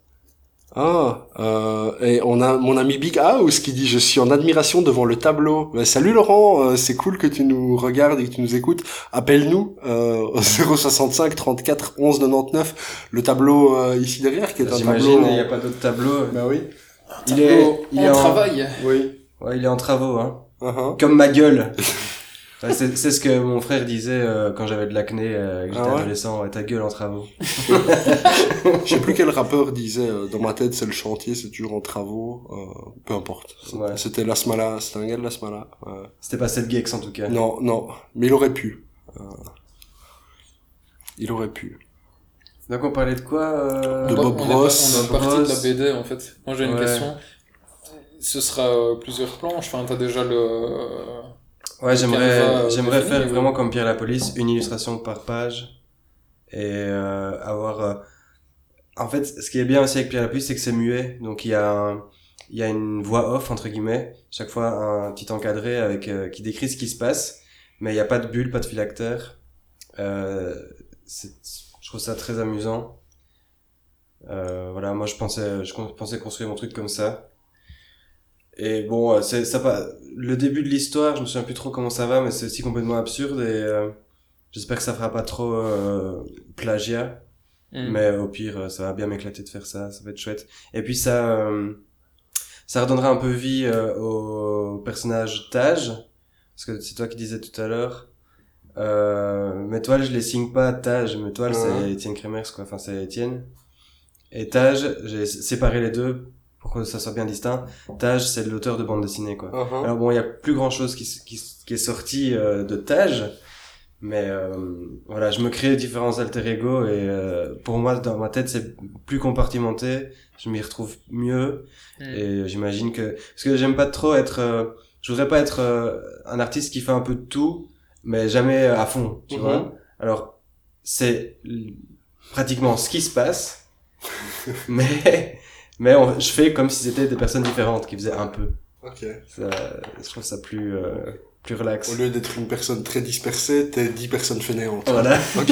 A: Ah, euh, et on a mon ami Big House qui dit je suis en admiration devant le tableau. Ben, salut Laurent, euh, c'est cool que tu nous regardes et que tu nous écoutes. Appelle-nous euh, au 065 34 11 99. Le tableau euh, ici derrière qui est un
C: J'imagine,
A: tableau.
C: il n'y a pas d'autre tableau.
A: Bah oui.
C: Il est, il est
B: on
C: en
B: travaille.
A: Oui.
C: Ouais, il est en travaux, hein.
A: Uh-huh.
C: Comme ma gueule. Ouais, c'est c'est ce que mon frère disait euh, quand j'avais de l'acné, euh, que j'étais
A: Ah ouais
C: adolescent. Ouais, ta gueule en travaux.
A: Je sais plus quel rappeur disait euh, dans ma tête c'est le chantier, c'est toujours en travaux, euh, peu importe.
C: Ouais.
A: C'était Lasmala, c'était un gars de Lasmala. ouais.
C: C'était pas cette gex en tout cas.
A: Non, non, mais il aurait pu. Euh, il aurait pu.
C: Donc on parlait de quoi euh,
A: De
B: Moi,
A: Bob
B: on est pas-
A: Ross.
B: on est parti de la
C: Ross.
B: BD en fait. Moi j'ai une
C: Ouais.
B: question. Ce sera euh, plusieurs planches. Enfin, t'as déjà le. euh,
C: Ouais,
B: Canva,
C: j'aimerais,
B: euh,
C: j'aimerais
B: défini,
C: faire
B: ou-
C: vraiment comme Pierre la Police, une illustration par page et euh, avoir. euh, En fait, ce qui est bien aussi avec Pierre la Police, c'est que c'est muet, donc il y a un- il y a une voix off entre guillemets, chaque fois un petit encadré avec euh, qui décrit ce qui se passe, mais il n'y a pas de bulle, pas de phylactère. Euh, c'est- je trouve ça très amusant. Euh, voilà, moi je pensais, je con- pensais construire mon truc comme ça. Et bon, euh, c'est ça pas. Le début de l'histoire, je me souviens plus trop comment ça va, mais c'est aussi complètement absurde et euh, j'espère que ça fera pas trop euh, plagiat.
B: Hmm.
C: Mais euh, au pire, euh, ça va bien m'éclater de faire ça, ça va être chouette. Et puis ça, euh, ça redonnera un peu vie euh, au personnage Taj, parce que c'est toi qui disais tout à l'heure. Euh, mes toiles, je les signe pas Taj, mes toiles,
A: Ouais.
C: c'est Étienne Kremers, quoi, enfin c'est Étienne. Et Taj, j'ai s- séparé les deux pour que ça soit bien distinct. Taj, c'est l'auteur de bande dessinée, quoi.
A: Uh-huh.
C: Alors bon, il y a plus grand chose qui, s- qui, s- qui est sorti euh, de Taj, mais euh, voilà, je me crée différents alter ego et euh, pour moi, dans ma tête, c'est plus compartimenté, je m'y retrouve mieux
B: Hmm.
C: et j'imagine que... Parce que j'aime pas trop être... euh, je voudrais pas être euh, un artiste qui fait un peu de tout, mais jamais euh, à fond, tu
A: Mhm.
C: vois. Alors, c'est l- pratiquement ce qui se passe, mais, mais on- je fais comme si c'était des personnes différentes qui faisaient un peu.
A: Ok.
C: Ça, je trouve ça plus, euh, plus relax.
A: Au lieu d'être une personne très dispersée, t'es dix personnes fainéantes.
C: Voilà.
A: Ok.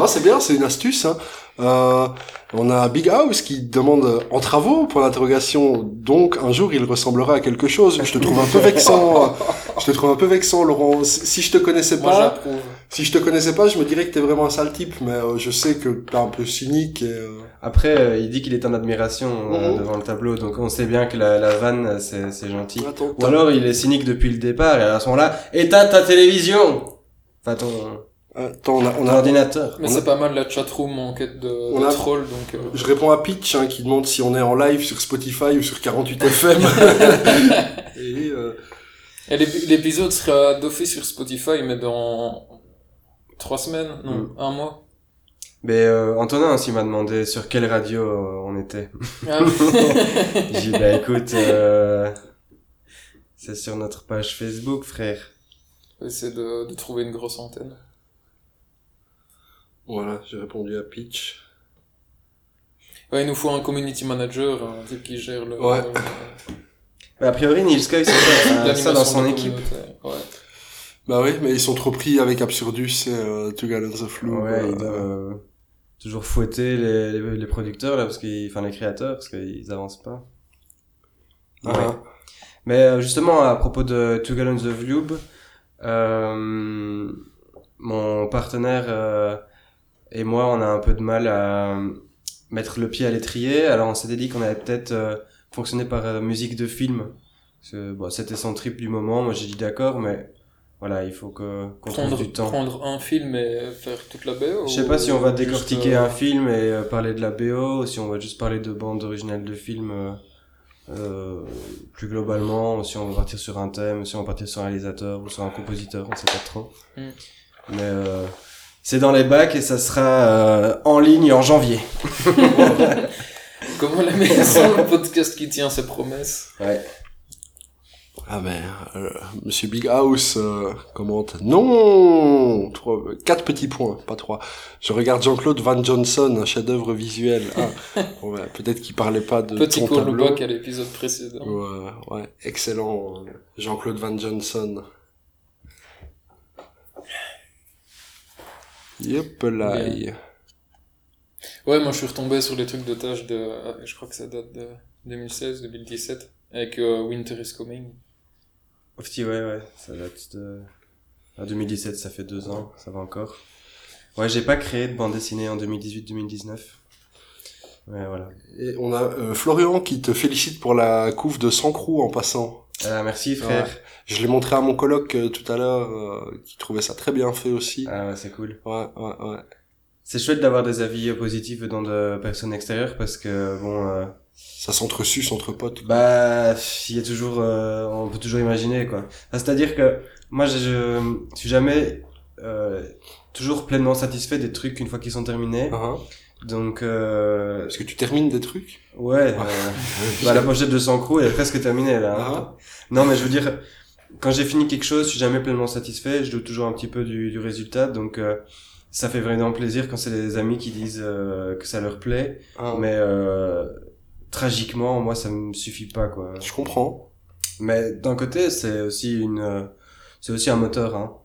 A: Ah, c'est bien, c'est une astuce. hein. Euh, on a Big House qui demande euh, en travaux pour l'interrogation. Donc un jour il ressemblera à quelque chose. Je te trouve un peu vexant. euh, Je te trouve un peu vexant, Laurent. Si si je te connaissais
B: Moi
C: Bah,
A: pas,
B: j'approuve.
A: si je te connaissais pas, je me dirais que t'es vraiment un sale type. Mais euh, je sais que t'es un peu cynique. Et, euh,
C: Après, euh, il dit qu'il est en admiration euh,
B: Oh.
A: Mhm.
C: devant le tableau, donc on sait bien que la, la vanne, euh, c'est c'est gentil.
A: Attends,
C: Ou alors, il est cynique depuis le départ, et à ce moment-là, éteins ta télévision Enfin, ton,
A: attends, on a-
C: ton
A: on a
C: ordinateur.
B: Mais
A: On a-
B: c'est pas mal la chatroom en quête de, de
A: On a-
B: troll donc. euh,
A: Je réponds à Pitch hein, qui demande si on est en live sur Spotify ou sur 48FM. Et, euh,
B: Et l'ép- l'épisode sera doffé sur Spotify mais dans trois semaines, non,
C: Hmm.
B: un mois.
C: Mais euh, Antonin aussi m'a demandé sur quelle radio euh, on était.
B: Ah,
C: J'ai dit, bah écoute, euh, c'est sur notre page Facebook, frère.
B: on va essayer de, de trouver une grosse antenne.
A: voilà, j'ai répondu à Pitch.
B: Ouais, il nous faut un community manager, un type qui gère le. euh,
A: Ouais.
B: le-
C: Mais a priori, Nils Coy, c'est ça, euh, ça
B: l'animation
C: dans
B: de
C: son
B: la
C: équipe.
B: communauté, ouais.
A: Bah oui, mais ils sont trop pris avec Absurdus et euh, Two Gallons of Lou.
C: Ouais, ils doivent euh, toujours fouetter les, les, les producteurs, là, parce qu'ils, enfin, les créateurs, parce qu'ils avancent pas. Ouais.
A: ah.
C: Mais euh, justement, à propos de Two Gallons of Lube, euh, mon partenaire euh, et moi, on a un peu de mal à euh, mettre le pied à l'étrier. Alors, on s'était dit qu'on allait peut-être euh, fonctionner par euh, musique de film. Parce que, bon, c'était son trip du moment. Moi, j'ai dit d'accord, mais voilà, il faut que, qu'on
B: prendre,
C: trouve du temps.
B: prendre un film et faire toute la BO
C: Je sais pas si on va
B: ou
C: décortiquer
B: juste, euh,
C: un film et euh, parler de la BO, ou si on va juste parler de bandes originales de films euh, euh, plus globalement, ou si on va partir sur un thème, ou si on va partir sur un réalisateur, ou sur un compositeur, on sait pas trop.
B: Mm.
C: Mais euh, c'est dans les bacs et ça sera euh, en ligne en janvier.
B: euh, Comment la maison, le podcast qui tient ses promesses
A: Ah ben, euh, Monsieur Big House euh, commente. Non trois, Quatre petits points, pas trois. Je regarde Jean-Claude Van Johnson, un chef-d'œuvre visuel. Ah, bon, ben, peut-être qu'il parlait pas de
B: Petit
A: ton
B: cours
A: tableau.
B: bac à l'épisode précédent.
A: Ouais, ouais, excellent. euh, Jean-Claude Van Johnson. Yep, là.
B: Bien. Ouais, moi je suis retombé sur les trucs d'otages de. ah, Je crois que ça date de 2016, 2017, avec euh, Winter is Coming.
C: Si, ouais, ouais, ça euh, date de... à 2017, ça fait deux ans, ça va encore. Ouais, j'ai pas créé de bande dessinée en 2018-2019. Ouais, voilà.
A: Et on a euh, Florian qui te félicite pour la couve de Sancrou en passant.
C: Ah, merci frère.
A: Je l'ai montré à mon coloc euh, tout à l'heure, euh, qui trouvait ça très bien fait aussi.
C: Ah, ouais, c'est cool.
A: Ouais, ouais, ouais.
C: C'est chouette d'avoir des avis euh, positifs venant de personnes extérieures parce que, bon, euh,
A: Ça s'entresuce entre potes.
C: bah, il y a toujours, euh, on peut toujours imaginer, quoi. Enfin, C'est-à-dire que moi, je, je suis jamais euh, toujours pleinement satisfait des trucs une fois qu'ils sont terminés.
A: Hein.
C: Donc, euh,
A: Parce que tu termines des trucs.
C: ouais, euh, bah, la pochette de Sancrou, elle est presque terminée, là. hein.
A: Ah.
C: Non, mais je veux dire, quand j'ai fini quelque chose, je suis jamais pleinement satisfait, je doute toujours un petit peu du, du résultat, donc euh, ça fait vraiment plaisir quand c'est des amis qui disent euh, que ça leur plaît,
A: Ah.
C: mais euh, tragiquement, moi, ça me suffit pas, quoi.
A: Je comprends.
C: Mais d'un côté, c'est aussi une, euh, c'est aussi un moteur, hein.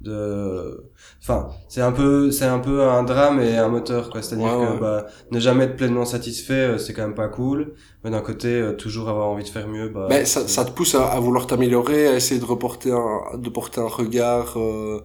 C: De, enfin, c'est un peu, c'est un peu un drame et un moteur, quoi. C'est-à-dire
A: Ouais,
C: que,
A: ouais.
C: bah, ne jamais être pleinement satisfait, euh, c'est quand même pas cool. Mais d'un côté, euh, toujours avoir envie de faire mieux, bah.
A: Mais ça, ça te pousse à, à vouloir t'améliorer, à essayer de reporter un, de porter un regard euh,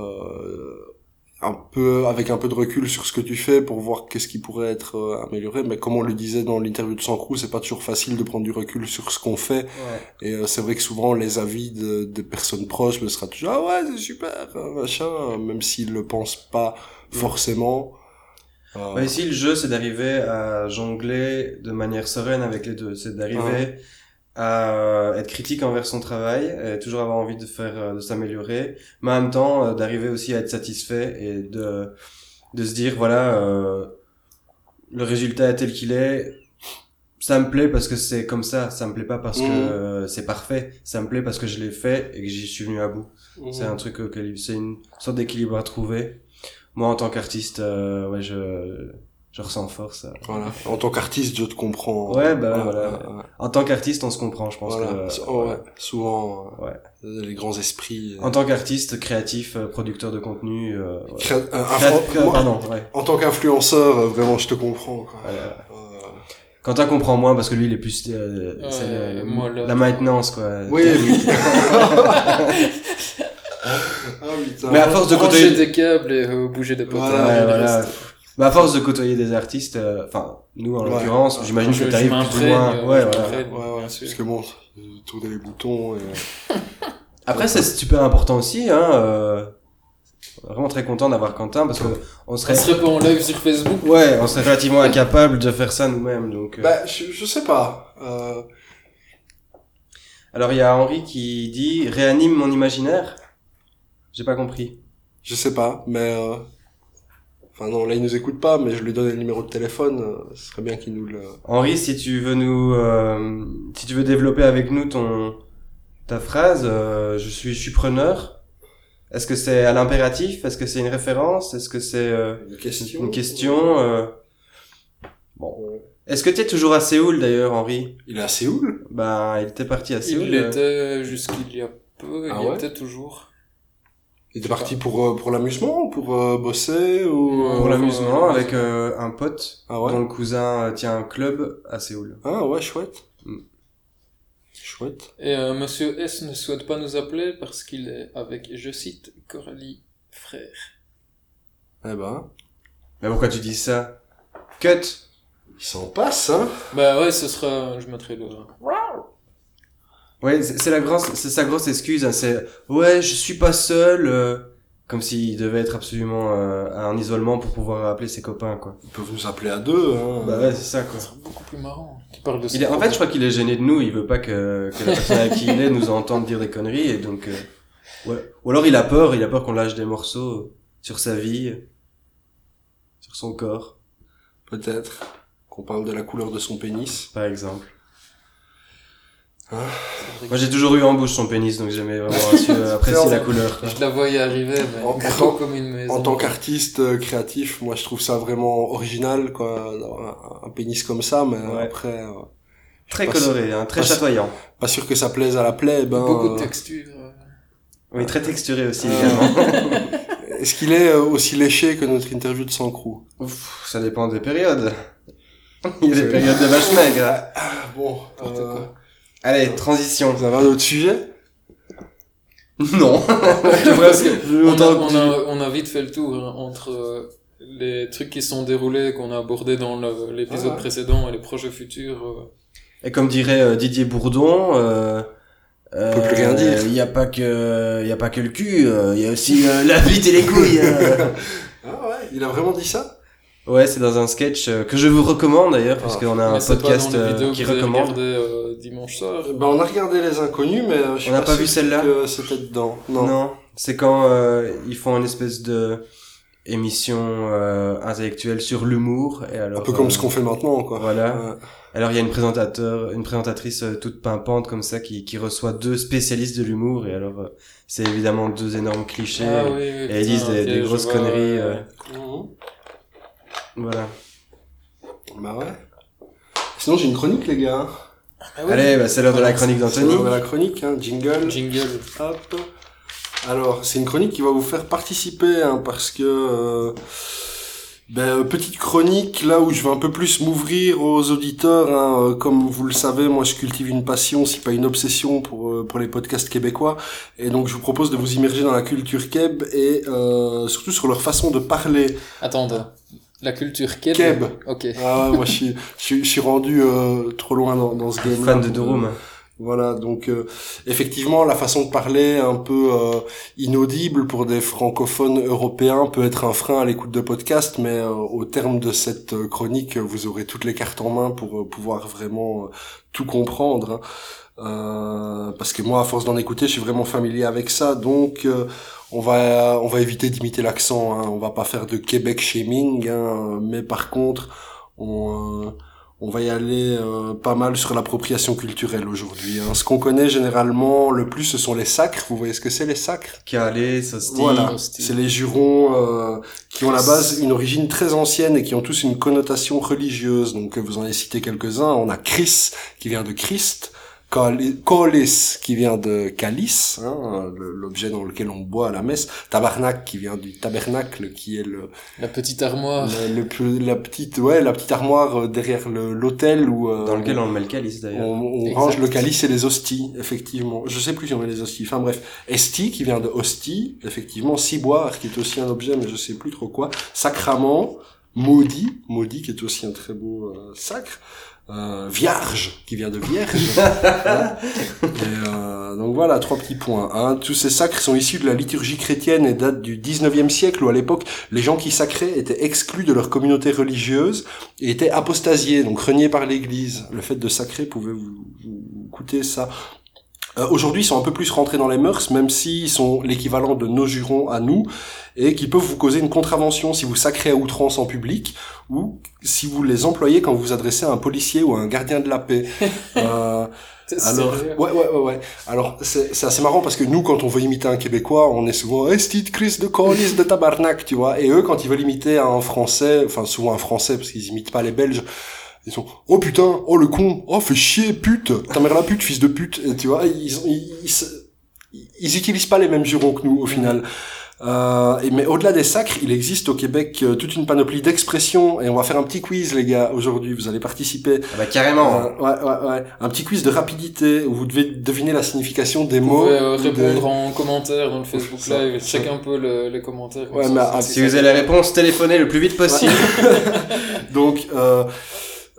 A: euh, un peu avec un peu de recul sur ce que tu fais pour voir qu'est-ce qui pourrait être euh, amélioré. Mais comme on le disait dans l'interview de Sancrou, c'est pas toujours facile de prendre du recul sur ce qu'on fait.
C: Ouais.
A: Et euh, c'est vrai que souvent les avis de, de personnes proches me sera toujours ah ouais c'est super euh, machin, même s'ils le pensent pas
C: Mm.
A: forcément. Euh,
C: Bah, ici, le jeu, c'est d'arriver à jongler de manière sereine avec les deux. C'est d'arriver à euh, être critique envers son travail, et toujours avoir envie de faire, euh, de s'améliorer, mais en même temps, euh, d'arriver aussi à être satisfait et de, de se dire, voilà, euh, le résultat est tel qu'il est, ça me plaît parce que c'est comme ça, ça me plaît pas parce que
A: Mhm.
C: euh, c'est parfait, ça me plaît parce que je l'ai fait et que j'y suis venu à bout. C'est
A: mm,
C: un truc auquel c'est une sorte d'équilibre à trouver. Moi, en tant qu'artiste, euh, ouais, je, je ressens fort ça.
A: Voilà. En tant qu'artiste, je te comprends.
C: Ouais, bah,
A: Ouais,
C: voilà.
A: ouais, ouais.
C: En tant qu'artiste, on se comprend, je pense
A: Voilà.
C: que.
A: Oh,
C: ouais.
A: ouais. Souvent, euh,
C: Ouais.
A: les grands esprits. euh,
C: En tant qu'artiste, créatif, euh, producteur de contenu. euh, ouais.
A: cré- un- un-
C: Créat- euh,
A: un- moi,
C: pardon, ouais.
A: en tant qu'influenceur, euh, vraiment, je te comprends. Quoi.
C: Voilà.
A: Euh,
C: Quentin comprend moins parce que lui, il est plus. euh,
B: Ouais,
C: c'est, euh,
B: moi, là-
C: la maintenance, quoi.
A: Oui,
C: Technique.
A: oui. ah, putain.
C: Mais à force de
B: Brancher
C: côtoyer.
B: des câbles et euh, bouger des potards.
A: Voilà,
B: et
C: ouais,
B: le
C: voilà.
B: reste.
C: Bah, à force de côtoyer des artistes, euh, enfin, nous en
A: Ouais.
C: l'occurrence, j'imagine
B: Je-
C: que
B: je
C: t'arrives plus ou
B: m'imprègne,
C: moins.
B: euh,
C: Ouais,
B: je
C: voilà.
B: m'imprègne,
A: Ouais, ouais,
B: bien sûr.
A: parce que bon, euh, tourner les boutons. Et...
C: Après, c'est super important aussi, hein. euh, Vraiment très content d'avoir Quentin parce que on
B: On
C: serait,
B: serait pas en live sur Facebook.
C: ouais, on serait relativement incapable de faire ça nous-mêmes. Donc, euh.
A: Bah, je, je sais pas. Euh,
C: alors il y a Henri qui dit réanime mon imaginaire. J'ai pas compris.
A: je sais pas, mais. euh, Enfin, non, là, il nous écoute pas, mais je lui donne le numéro de téléphone. euh, Ce serait bien qu'il nous le.
C: Henri, si tu veux nous, euh, si tu veux développer avec nous ton ta phrase, euh, je suis, je suis preneur. Est-ce que c'est à l'impératif Est-ce que c'est une référence Est-ce que c'est euh,
A: Une
C: une question euh, Est-ce que t'es toujours à Séoul d'ailleurs, Henri
A: Il est à Séoul
C: Ben, il était parti à Séoul.
B: Il
C: euh,
B: l'était jusqu'il y a peu,
A: Ah
B: il
A: ouais
B: était toujours.
A: Il est parti pour, euh, pour l'amusement ou pour euh, bosser ou...
B: Ouais,
A: euh,
C: pour
B: ouais,
C: l'amusement
B: ouais.
C: avec euh, un pote
A: Ah ouais
C: dont le cousin euh, tient un club à Séoul.
A: Ah ouais, chouette.
C: Mm.
A: Chouette.
B: Et euh, Monsieur S ne souhaite pas nous appeler parce qu'il est avec, je cite, Coralie Frère.
A: Eh ben,
C: Mais pourquoi tu dis ça Cut
A: il s'en passe, hein
B: Bah ouais, ce sera, je mettrai le.
C: Ouais, c'est c'est la grosse, c'est sa grosse excuse. hein, c'est ouais, je suis pas seul. euh, comme s'il devait être absolument euh, en isolement pour pouvoir appeler ses copains quoi.
A: Ils peuvent nous appeler à deux, hein
C: Bah ouais, c'est ça quoi.
B: Ce sera beaucoup plus marrant. Tu parles de
C: Il est, en fait, je crois qu'il est gêné de nous. Il veut pas que, que la personne avec qui il est nous entende dire des conneries et donc. euh, ouais. Ou alors il a peur. Il a peur qu'on lâche des morceaux sur sa vie, sur son corps,
A: Peut-être qu'on parle de la couleur de son pénis.
C: par exemple.
B: je...
C: Moi, j'ai toujours eu en bouche son pénis, donc jamais vraiment su euh, apprécier la couleur. quoi.
B: la voyais arriver, mais
A: En- en
B: gros
A: tant-
B: comme une maison.
A: En tant qu'artiste euh, créatif, moi je trouve ça vraiment original, quoi, d'avoir un, un pénis comme ça, mais
C: Ouais.
A: après, euh,
C: Très
A: Parce-
C: coloré, hein, très
A: parce-
C: chatoyant.
A: pas sûr que ça plaise à la plaie, ben...
B: Beaucoup de
A: euh,
B: textures. euh.
C: Oui, très texturé aussi,
A: Ah.
C: également.
A: Est-ce qu'il est euh, aussi léché que notre interview de Sancrou
C: Ouf, ça dépend des périodes. Il y a des périodes de vache maigre.
A: Bon,
B: euh,
C: Allez, transition.
A: vous avez un autre sujet
C: Non. Parce que je-
B: On a,
C: autant
B: on,
C: que-
B: a, on a vite fait le tour hein, entre euh, les trucs qui sont déroulés, qu'on a abordés dans le- l'épisode
A: Ah ouais.
B: précédent et les projets futurs. euh.
C: Et comme dirait euh, Didier Bourdon, euh, euh,
A: Peut plus rien dire.
C: Il n'y a pas que, il y a pas que le cul. euh, Il y a aussi euh, la bite et les couilles. euh.
A: Ah ouais, il a vraiment dit ça
C: ouais, c'est dans un sketch euh, que je vous recommande d'ailleurs, parce
A: Ah.
C: qu'on a un
B: Mais c'est pas
C: podcast
B: dans les
C: euh,
B: vidéos
C: qui
B: que vous avez
C: recommande.
B: regardées, euh, dimanche soir.
A: Ben on a regardé les inconnus, mais euh, je suis
C: On n'a pas
A: sûr
C: vu celle-là.
A: que c'était dedans. Non.
C: Non. C'est quand euh, ils font une espèce de émission euh, intellectuelle sur l'humour. et
A: Un
C: alors,
A: peu comme
C: euh,
A: ce qu'on fait maintenant, quoi. Euh,
C: Voilà.
A: Ouais.
C: Alors il y a une présentateur, une présentatrice euh, toute pimpante comme ça qui, qui reçoit deux spécialistes de l'humour et alors euh, c'est évidemment deux énormes clichés.
B: Ah oui, oui,
C: ils disent des-
B: ok,
C: des
B: je
C: grosses
B: vois,
C: conneries,
B: ouais,
C: euh.
B: ouais.
A: Mhm.
C: Voilà.
A: Bah ouais. Sinon, j'ai une chronique, les gars. hein.
B: Ah oui.
C: Allez, bah, c'est l'heure de
B: Voilà,
C: la chronique
A: C'est l'heure de
C: d'Anthony.
A: la chronique, hein. Jingle.
B: Jingle.
A: Hop. Alors, c'est une chronique qui va vous faire participer, hein, parce que... euh, ben, euh, petite chronique, là où je vais un peu plus m'ouvrir aux auditeurs. hein. Euh, Comme vous le savez, moi je cultive une passion, si pas une obsession, pour, euh, pour les podcasts québécois. Et donc je vous propose de vous immerger dans la culture keb et euh, surtout sur leur façon de parler.
B: Attendez. La culture keb.
A: Keb.
B: Ok.
A: Ah ouais, moi je suis, je, suis- je suis rendu euh, trop loin dans, dans ce game-là.
C: Fan de
A: pour-
C: Dorum.
A: Voilà, donc euh, effectivement, la façon de parler un peu euh, inaudible pour des francophones européens peut être un frein à l'écoute de podcasts, mais euh, au terme de cette euh, chronique, euh, vous aurez toutes les cartes en main pour euh, pouvoir vraiment euh, tout comprendre. hein. Euh, parce que moi, à force d'en écouter, je suis vraiment familier avec ça, donc euh, on va on va éviter d'imiter l'accent. Hein. On va pas faire de Québec shaming, hein, mais par contre, on euh, on va y aller euh, pas mal sur l'appropriation culturelle aujourd'hui. hein. Ce qu'on connaît généralement le plus, ce sont les sacres. Vous voyez ce que c'est les sacres
C: Calais, Sosti.
A: Voilà,
B: Hum, hostie.
A: c'est les jurons euh, qui ont à la base une origine très ancienne et qui ont tous une connotation religieuse. Donc euh, vous en avez cité quelques-uns. On a Chris qui vient de Christ, Cali- Colis qui vient de calice, hein, euh, le- l'objet dans lequel on boit à la messe, Tabarnak qui vient du tabernacle qui est le
B: La petite
C: Oh.
B: armoire.
A: le, le plus- la petite ouais la petite armoire euh, derrière le- l'hôtel où euh,
C: Dans lequel on le met le calice d'ailleurs.
A: on, on
B: Exact.
A: range le calice et les hosties, effectivement. Je sais plus si on met les hosties. Enfin bref, esti qui vient de hostie, effectivement, ciboire qui est aussi un objet, mais je sais plus trop quoi. Sacrament, maudit, maudit qui est aussi un très beau euh, sacre. Euh, vierge qui vient de vierge. Hein. Et, euh, donc voilà, trois petits points. hein. Tous ces sacres sont issus de la liturgie chrétienne et datent du 19e siècle où à l'époque les gens qui sacraient étaient exclus de leur communauté religieuse et étaient apostasiés, donc reniés par l'Église. Le fait de sacrer pouvait vous, vous- vous coûter ça. Euh, Aujourd'hui, ils sont un peu plus rentrés dans les mœurs, même s'ils sont l'équivalent de nos jurons à nous, et qui peuvent vous causer une contravention si vous sacrez à outrance en public, ou si vous les employez quand vous vous adressez à un policier ou à un gardien de la paix. Euh,
B: C'est
A: alors,
B: sérieux.
A: ouais, ouais, ouais, ouais. Alors, c'est c'est assez marrant parce que nous, quand on veut imiter un Québécois, on est souvent Esti de Chris de Colis de Tabarnak, tu vois. Et eux, quand ils veulent imiter un Français, enfin souvent un Français parce qu'ils imitent pas les Belges, ils sont Oh putain, oh le con, oh fais chier, pute, ta mère la pute, fils de pute. Et tu vois, ils, ont- ils, ils se- ils utilisent pas les mêmes jurons que nous au final. Euh, et- mais au-delà des sacres, il existe au Québec euh, toute une panoplie d'expressions et on va faire un petit quiz les gars aujourd'hui. Vous allez participer.
C: Ah bah carrément.
A: Euh, ouais, ouais, ouais. Un petit quiz de rapidité où vous devez deviner la signification des
B: Vous
A: mots.
B: pouvez euh,
A: ou des-
B: répondre en commentaire dans le Facebook
A: Ça,
B: Live.
A: ça.
B: Check un peu le- les commentaires. comme
A: Ouais,
B: ça,
A: mais
B: c'est-
A: ah,
B: c'est-
C: Si vous avez la réponse, téléphonez le plus vite possible.
A: Donc, euh,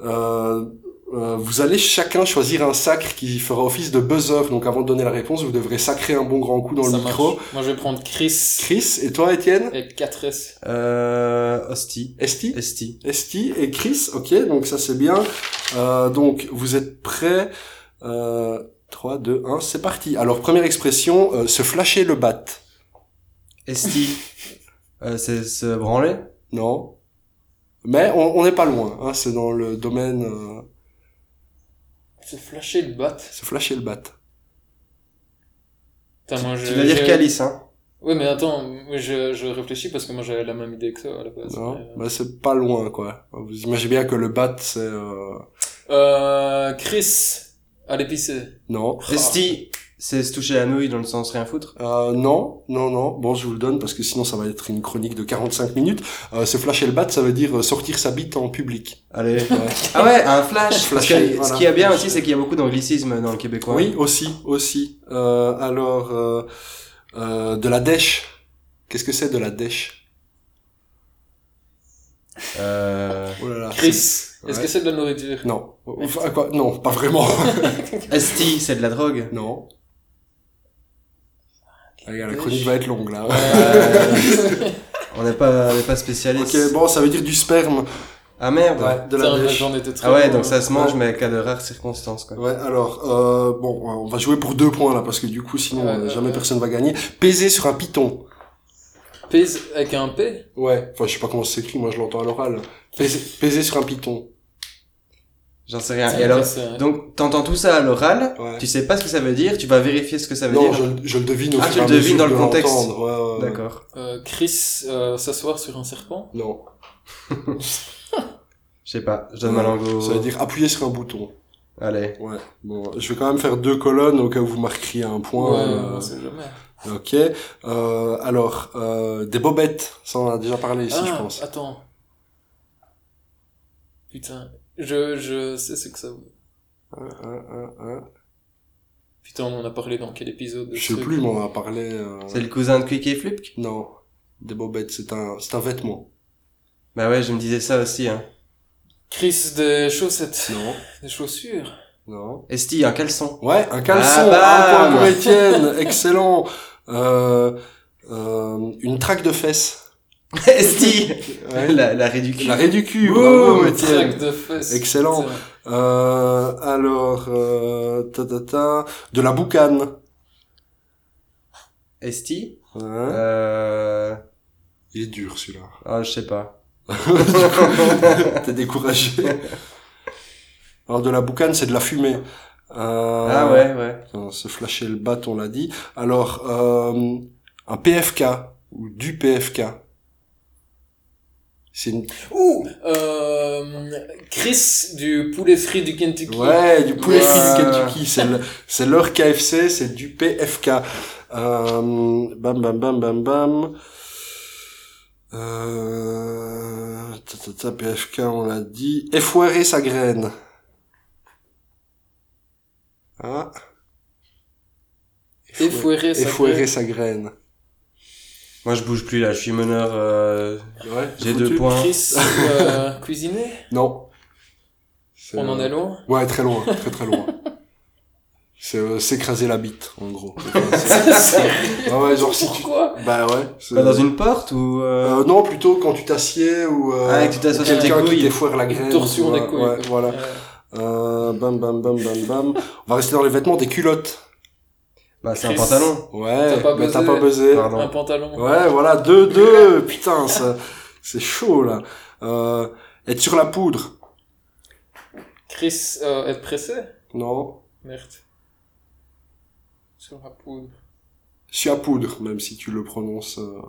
A: euh, euh, vous allez chacun choisir un sacre qui fera office de buzzer. Donc, avant de donner la réponse, vous devrez sacrer un bon grand coup dans
B: ça
A: le
B: marche.
A: micro.
B: Moi, je vais prendre Chris
A: Chris et toi, Étienne
B: et 4S.
C: Euh, Hostie.
A: Esti
C: Esti.
A: Esti et Chris. Ok, donc ça c'est bien. Euh, donc, vous êtes prêts euh, 3, 2, 1, c'est parti. Alors, première expression, euh, se flasher le bat.
C: Esti. Euh, c'est se branler.
A: Non. Mais on on n'est pas loin. Hein. C'est dans le domaine... euh,
B: C'est flashé le bat.
A: se flasher le bat.
B: Putain, moi, je-
C: Tu vas dire
B: je-
C: calice, hein.
B: Ouais, mais attends, je, je réfléchis parce que moi j'avais la même idée que ça à la base.
A: Non,
B: Mais, euh,
A: bah, c'est pas loin, quoi. Vous imaginez bien que le bat, c'est... euh,
B: Euh, Chris, à l'épicé.
A: Non.
C: Esti. C'est se toucher la nouille dans le sens rien foutre.
A: Euh, non, non, non. Bon, je vous le donne parce que sinon ça va être une chronique de 45 minutes. Euh, se flasher le bat, ça veut dire euh, sortir sa bite en public.
C: Allez. Ah ouais, un flash. Parce que
A: Flasher,
C: ce
A: voilà.
C: qui est bien aussi, c'est qu'il y a beaucoup d'anglicisme dans le québécois.
A: Oui, aussi, aussi. Euh, alors, euh, euh, de la dèche. Qu'est-ce que c'est de la dèche
C: Euh...
A: Oh là là.
B: Chris, est-ce
A: Ouais.
B: que c'est de la nourriture
A: Non. Enfin, quoi Non, pas vraiment.
C: Esti, c'est de la drogue.
A: non. Ah, regarde, la chronique va être longue là.
C: Euh, On n'est pas, on n'est pas spécialiste.
A: ok, bon, ça veut dire du sperme.
C: Ah merde.
A: Ouais, de la
B: Putain,
A: dèche.
B: j'en étais trop
C: Ah ouais,
B: loin.
C: donc ça se mange, mais qu'à de rares circonstances, quoi.
A: Ouais, alors, euh, bon, on va jouer pour deux points là, parce que du coup, sinon,
B: Ouais,
A: euh,
B: ouais,
A: jamais
B: ouais.
A: personne va gagner. Peser sur un piton.
B: Pèse avec un P
A: Ouais, enfin, je sais pas comment ça s'écrit, moi je l'entends à l'oral. Peser, peser sur un piton.
C: J'en sais rien.
B: C'est
C: Et alors,
B: intéressant.
C: donc, t'entends tout ça à l'oral,
A: Ouais.
C: tu sais pas ce que ça veut dire, tu vas vérifier ce que ça veut
A: Non,
C: dire.
A: je, je le devine au
C: Ah,
A: fur
C: tu
A: et
C: le
A: à
C: devines
A: mesure
C: dans
A: de
C: le contexte.
A: l'entendre. Ouais, ouais, ouais.
C: D'accord.
B: Euh, Chris, euh, s'asseoir sur un serpent
A: Non,
C: Je sais pas, je donne ma langue au...
A: ça veut dire appuyer sur un bouton.
C: Allez.
A: Ouais. Bon, je vais quand même faire deux colonnes au cas où vous marqueriez un point. euh,
B: on sait jamais.
A: ok. Euh, alors, euh, des bobettes, ça on en a déjà parlé ici,
B: ah,
A: je pense.
B: attends. Putain, je, je sais ce que ça veut.
A: Un, un, un, un.
B: Putain, on en a parlé dans quel épisode de
A: Je sais
B: ah, ce
A: plus,
B: truc
A: mais on en a parlé. euh,
C: C'est le cousin de Quick et Flip
A: Non, des bobettes, c'est un, c'est un vêtement.
C: Bah ouais, je me disais ça aussi, hein.
B: Chris, des chaussettes,
A: Non,
B: des chaussures.
A: non.
C: Esti, un caleçon.
A: Ouais, un caleçon.
C: Ah,
B: bah.
A: un
C: bam.
A: point pour Étienne, excellent. Euh, euh, une traque de fesses.
C: Esti
A: Ouais.
C: La, la réduction.
A: La raie du cul.
C: Boum,
A: bravo,
B: Une
A: Étienne.
B: traque de fesses.
A: Excellent.
B: Putain.
A: Euh, alors, euh, ta, ta, ta, de la boucane.
C: Esti
A: Hein
C: Euh...
A: Il est dur celui-là.
C: Ah, je sais pas.
A: T'es découragé. Alors de la boucane, c'est de la fumée. Euh,
C: Ah ouais, ouais.
A: putain, se flasher le bat, on l'a dit. Alors, euh, un PFK ou du PFK. C'est une...
B: Ouh euh, Chris, du poulet frit du Kentucky.
A: ouais du poulet
B: Ouais.
A: frit du Kentucky. C'est le- c'est leur KFC, c'est du PFK. Euh, bam bam bam bam bam. Euh, ta, ta, ta, PFK, on l'a dit. Effoirer E sa graine. Ah.
B: Effouéré, ça
A: Effoirer
B: fait-
A: E sa graine.
C: Moi, je bouge plus, là. Je suis meneur... Euh...
A: Ouais,
C: J'ai deux points.
B: Chris, euh, cuisiner
A: Non. C'est- euh,
B: On en est loin
A: Ouais, très loin, très très loin. C'est euh, s'écraser la bite, en gros. Ah ouais, genre si tu...
B: Pourquoi
A: Bah ouais. c'est-
C: Dans une porte ou... euh,
A: Euh, non, plutôt quand tu t'assieds ou euh,
C: Ah, et que tu t'assois
A: ou
C: sur tes
A: quelqu'un qui
C: couilles.
A: t'effoire la graine.
B: Une torsion
A: tu
B: des
A: vois,
B: couilles.
A: ouais,
B: quoi.
A: voilà.
B: Euh,
A: Euh, bam, bam, bam, bam, bam. On va rester dans les vêtements des culottes.
C: Bah, c'est un
B: Chris.
C: pantalon.
A: Ouais,
B: pas
A: mais t'as
B: buzzé.
A: pas buzzé.
C: Pardon.
B: un pantalon.
A: Ouais, voilà, deux, deux. Putain, ça, c'est chaud là. Euh, être sur la poudre.
B: Chris, euh, être pressé
A: Non,
B: Merde. Sur la poudre.
A: sur la poudre, même si tu le prononces. Euh,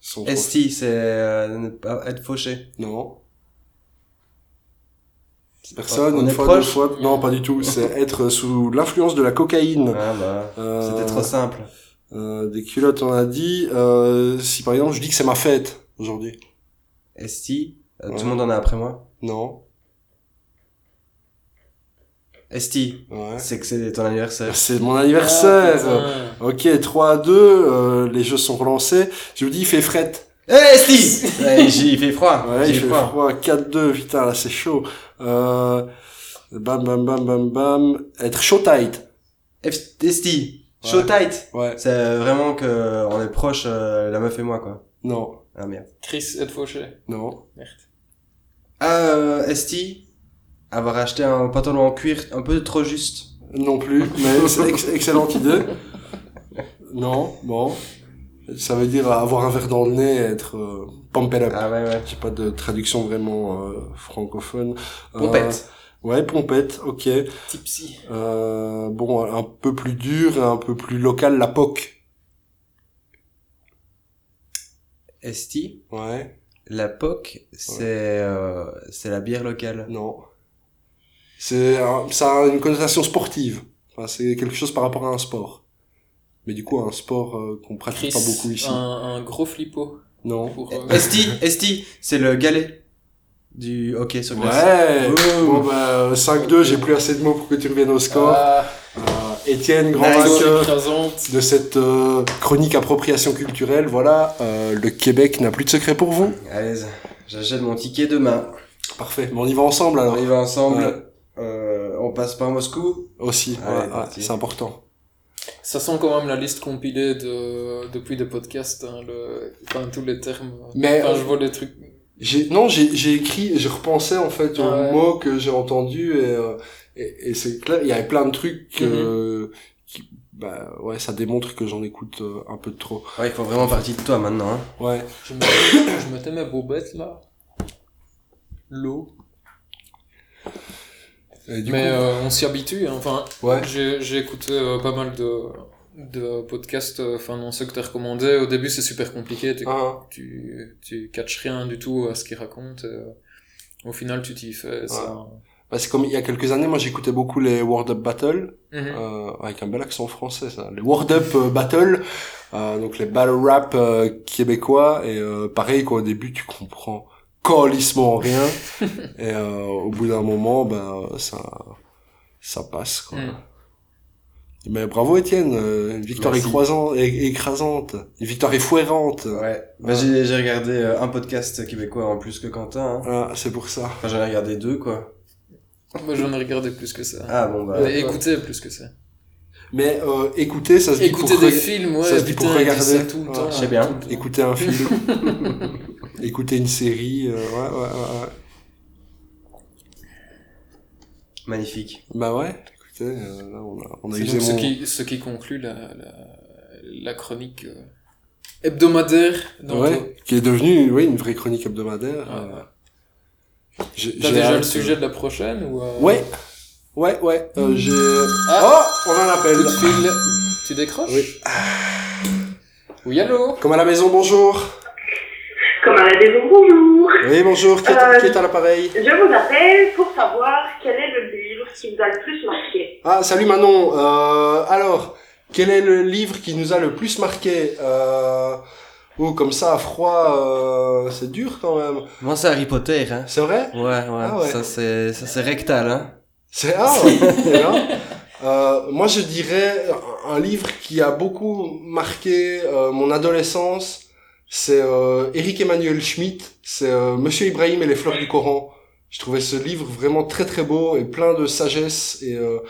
A: sans trop-
C: Esti, c'est euh, ne pas être fauché.
A: Non. Personne,
C: On
A: une
C: est
A: fois, deux
C: proche
A: fois. Non, pas du tout. C'est être sous l'influence de la cocaïne.
C: Ah bah,
A: Euh,
C: c'était trop simple.
A: Euh, des culottes, on a dit. Euh, si par exemple je dis que c'est ma fête aujourd'hui.
C: Esti, euh,
A: Ouais.
C: tout le monde en a après moi.
A: Non.
C: Esti,
A: Ouais.
C: c'est que c'est ton anniversaire.
A: C'est mon anniversaire.
B: Ah,
A: ok, 3 à 2, euh, les jeux sont relancés. Je vous dis, il fait fret.
C: Eh Esti Ouais, j'ai- Il fait froid.
A: Ouais,
C: j'ai
A: il fait
C: froid.
A: froid. 4-2, putain, là c'est chaud. Euh, bam, bam, bam, bam, bam. Être chaud tight.
C: F- Esti,
A: Ouais.
C: show tight.
A: Ouais.
C: C'est vraiment que euh, on est proche, euh, la meuf et moi quoi.
A: Non.
C: Ah merde.
B: Chris, être fauché.
A: Non.
B: Merde.
C: Ah, euh, Esti, avoir acheté un pantalon en cuir un peu trop juste.
A: Non plus, mais c'est ex- excellente idée. Non, bon. Ça veut dire avoir un verre dans le nez, être euh, pumped up.
C: Ah ouais ouais.
A: J'ai pas de traduction vraiment euh, francophone. Euh,
C: Pompette.
A: ouais, pompette, ok.
B: Tipsy.
A: Euh, bon, un peu plus dur, et un peu plus local, la POC.
C: Esti,
A: Ouais.
C: la POC, c'est euh, c'est la bière locale.
A: Non. C'est un- ça a une connotation sportive. Enfin, c'est quelque chose par rapport à un sport. Mais du coup, un sport euh, qu'on pratique
B: Chris,
A: pas beaucoup ici.
B: un, un gros flippo.
A: Non.
B: Pour, euh,
C: Esti, Esti, c'est le galet du hockey sur glace.
A: Ouais.
C: Ouh.
A: Bon bah 5-2, j'ai plus assez de mots pour que tu reviennes au score.
B: ah,
A: Euh, Étienne, grand
C: Nice.
A: vainqueur
B: écrasante.
A: de cette euh, chronique appropriation culturelle. Voilà, euh, le Québec n'a plus de secret pour vous.
C: À l'aise. J'achète mon ticket demain.
A: Parfait. Mais on y va ensemble alors.
C: On y va ensemble.
A: Ouais.
C: Euh, on passe par Moscou.
A: Aussi.
C: Allez,
A: ouais, ouais,
C: parti.
A: c'est important.
B: Ça sent quand même la liste compilée de, depuis des podcasts, hein, le, enfin, tous les termes.
A: Mais euh,
B: Enfin, je vois les trucs.
A: J'ai non, j'ai j'ai écrit, je repensais en fait aux
B: Ouais.
A: mots que j'ai entendus et euh, et, et c'est clair, il y avait plein de trucs euh, qui bah ouais, ça démontre que j'en écoute euh, un peu de trop.
C: Ouais, il faut vraiment partir de toi maintenant. Hein.
A: Ouais.
B: Je me, je mettais ma bobette là. L'eau.
A: Et du
B: Mais
A: coup,
B: euh, on s'y habitue. hein. Enfin,
A: ouais.
B: j'ai j'ai écouté euh, pas mal de, de podcasts, euh, enfin, non, ceux que t'as recommandés. Au début, c'est super compliqué. Tu,
A: Hein,
B: tu, tu catches rien du tout à ce qu'ils racontent. et, euh, au final, tu t'y fais. Ça...
A: bah, c'est comme il y a quelques années, moi j'écoutais beaucoup les World Up Battle
B: Mhm.
A: euh, avec un bel accent français ça. Les World Up euh, Battle euh, donc les battle rap euh, québécois et euh, pareil quoi au début tu comprends colissement rien et euh, au bout d'un moment ben euh, ça ça passe quoi.
B: Mm.
A: Mais bravo Étienne, euh, une victoire
C: Merci.
A: écrasante, é- écrasante, une victoire effouérante.
C: Ouais. Bah,
A: Ouais.
C: j'ai j'ai regardé euh, un podcast québécois en plus que Quentin. Hein.
A: Voilà, Ah, c'est pour ça.
C: Enfin, j'en ai regardé deux, quoi.
B: Moi, j'en ai regardé plus que ça.
C: Ah bon, bah.
B: J'ai écouté plus que ça.
A: Mais euh, écoutez, ça se dit
B: Écouter
A: pour
B: des
A: re-
B: films, ouais,
A: ça se dit pour
B: putain, ils disent
A: regarder.
B: ça tout le
A: Ouais,
B: temps.
C: je sais bien.
B: tout le temps.
A: écouter un film, écouter une série, euh, ouais, ouais, ouais, ouais.
C: Magnifique.
A: Bah ouais, écoutez, euh, là on a, on a
B: C'est
A: usé
B: donc ce
A: mon...
B: qui, ce qui conclut la, la, la chronique euh, hebdomadaire. dans
A: Ouais, qui est devenu oui, une vraie chronique hebdomadaire.
B: Ouais.
A: Euh, j'ai-
B: T'as
A: j'ai
B: déjà
A: hâte,
B: le sujet de la prochaine ou euh,
A: euh, Ouais, ouais, ouais, euh, j'ai...
B: Ah,
A: Oh, on a un appel
B: coup de fil. Tu décroches Ah.
A: Oui.
B: Oui, allô
A: Comme à la maison, bonjour
D: Comme à la maison, bonjour
A: Oui, bonjour, qui est, à-
D: Euh,
A: qui est à l'appareil
D: Je vous appelle pour savoir quel est le livre qui vous a le plus marqué.
A: Ah, salut Manon euh, Alors, quel est le livre qui nous a le plus marqué euh... Oh, comme ça, à froid, euh, c'est dur quand même.
C: Moi, c'est Harry Potter, hein.
A: C'est vrai
C: Ouais, ouais.
A: Ah ouais.
C: Ça, c'est ça, c'est rectal, hein.
A: C'est ah, ouais, c'est bien. Euh, moi, je dirais un un livre qui a beaucoup marqué euh, mon adolescence. C'est euh, Eric Emmanuel Schmitt. C'est euh, Monsieur Ibrahim et les fleurs du Coran. Je trouvais ce livre vraiment très très beau et plein de sagesse et euh,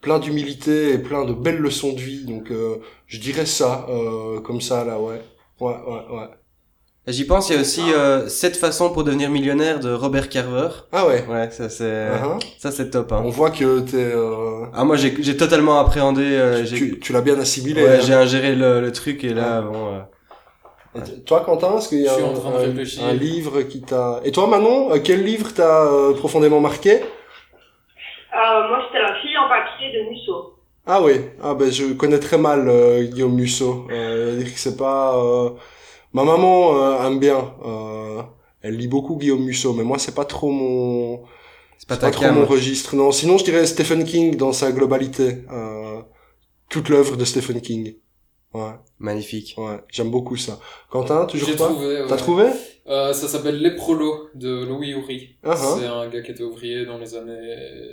A: plein d'humilité et plein de belles leçons de vie. Donc, euh, je dirais ça euh, comme ça là, ouais, ouais, ouais, ouais.
C: J'y pense, il y a aussi euh, 7 façons pour devenir millionnaire de Robert Carver.
A: Ah ouais.
C: Ouais, ça c'est
A: Uh-huh.
C: ça c'est top
A: On
C: hein.
A: voit que t'es, euh,
C: Ah moi j'ai j'ai totalement appréhendé euh, j'ai
A: tu, tu l'as bien assimilé.
C: ouais,
A: hein.
C: j'ai ingéré le, le truc et là bon euh,
A: Et t- Toi, Quentin, est-ce qu'il y a
B: Je suis
A: un,
B: en train de
A: un-
B: réfléchir.
A: un livre qui t'a... Et toi, Manon, euh, quel livre t'a euh, profondément marqué
D: Euh, moi, c'était La fille en papier de Musso.
A: Ah oui, ah ben je connais très mal euh, Guillaume Musso. Euh, dire que c'est pas... euh, Ma maman euh, aime bien. euh, Elle lit beaucoup Guillaume Musso, mais moi c'est pas trop mon,
C: c'est pas
A: c'est pas
C: ta
A: trop
C: cam.
A: mon registre. Non, sinon je dirais Stephen King dans sa globalité, euh, toute l'œuvre de Stephen King. Ouais,
C: Magnifique.
A: ouais, j'aime beaucoup ça. Quentin, toujours
B: J'ai
A: pas
B: trouvé. ouais.
A: T'as trouvé
B: Euh, Ça s'appelle Les Prolos de Louis Houry.
A: Ah, ah.
B: C'est un gars qui était ouvrier dans les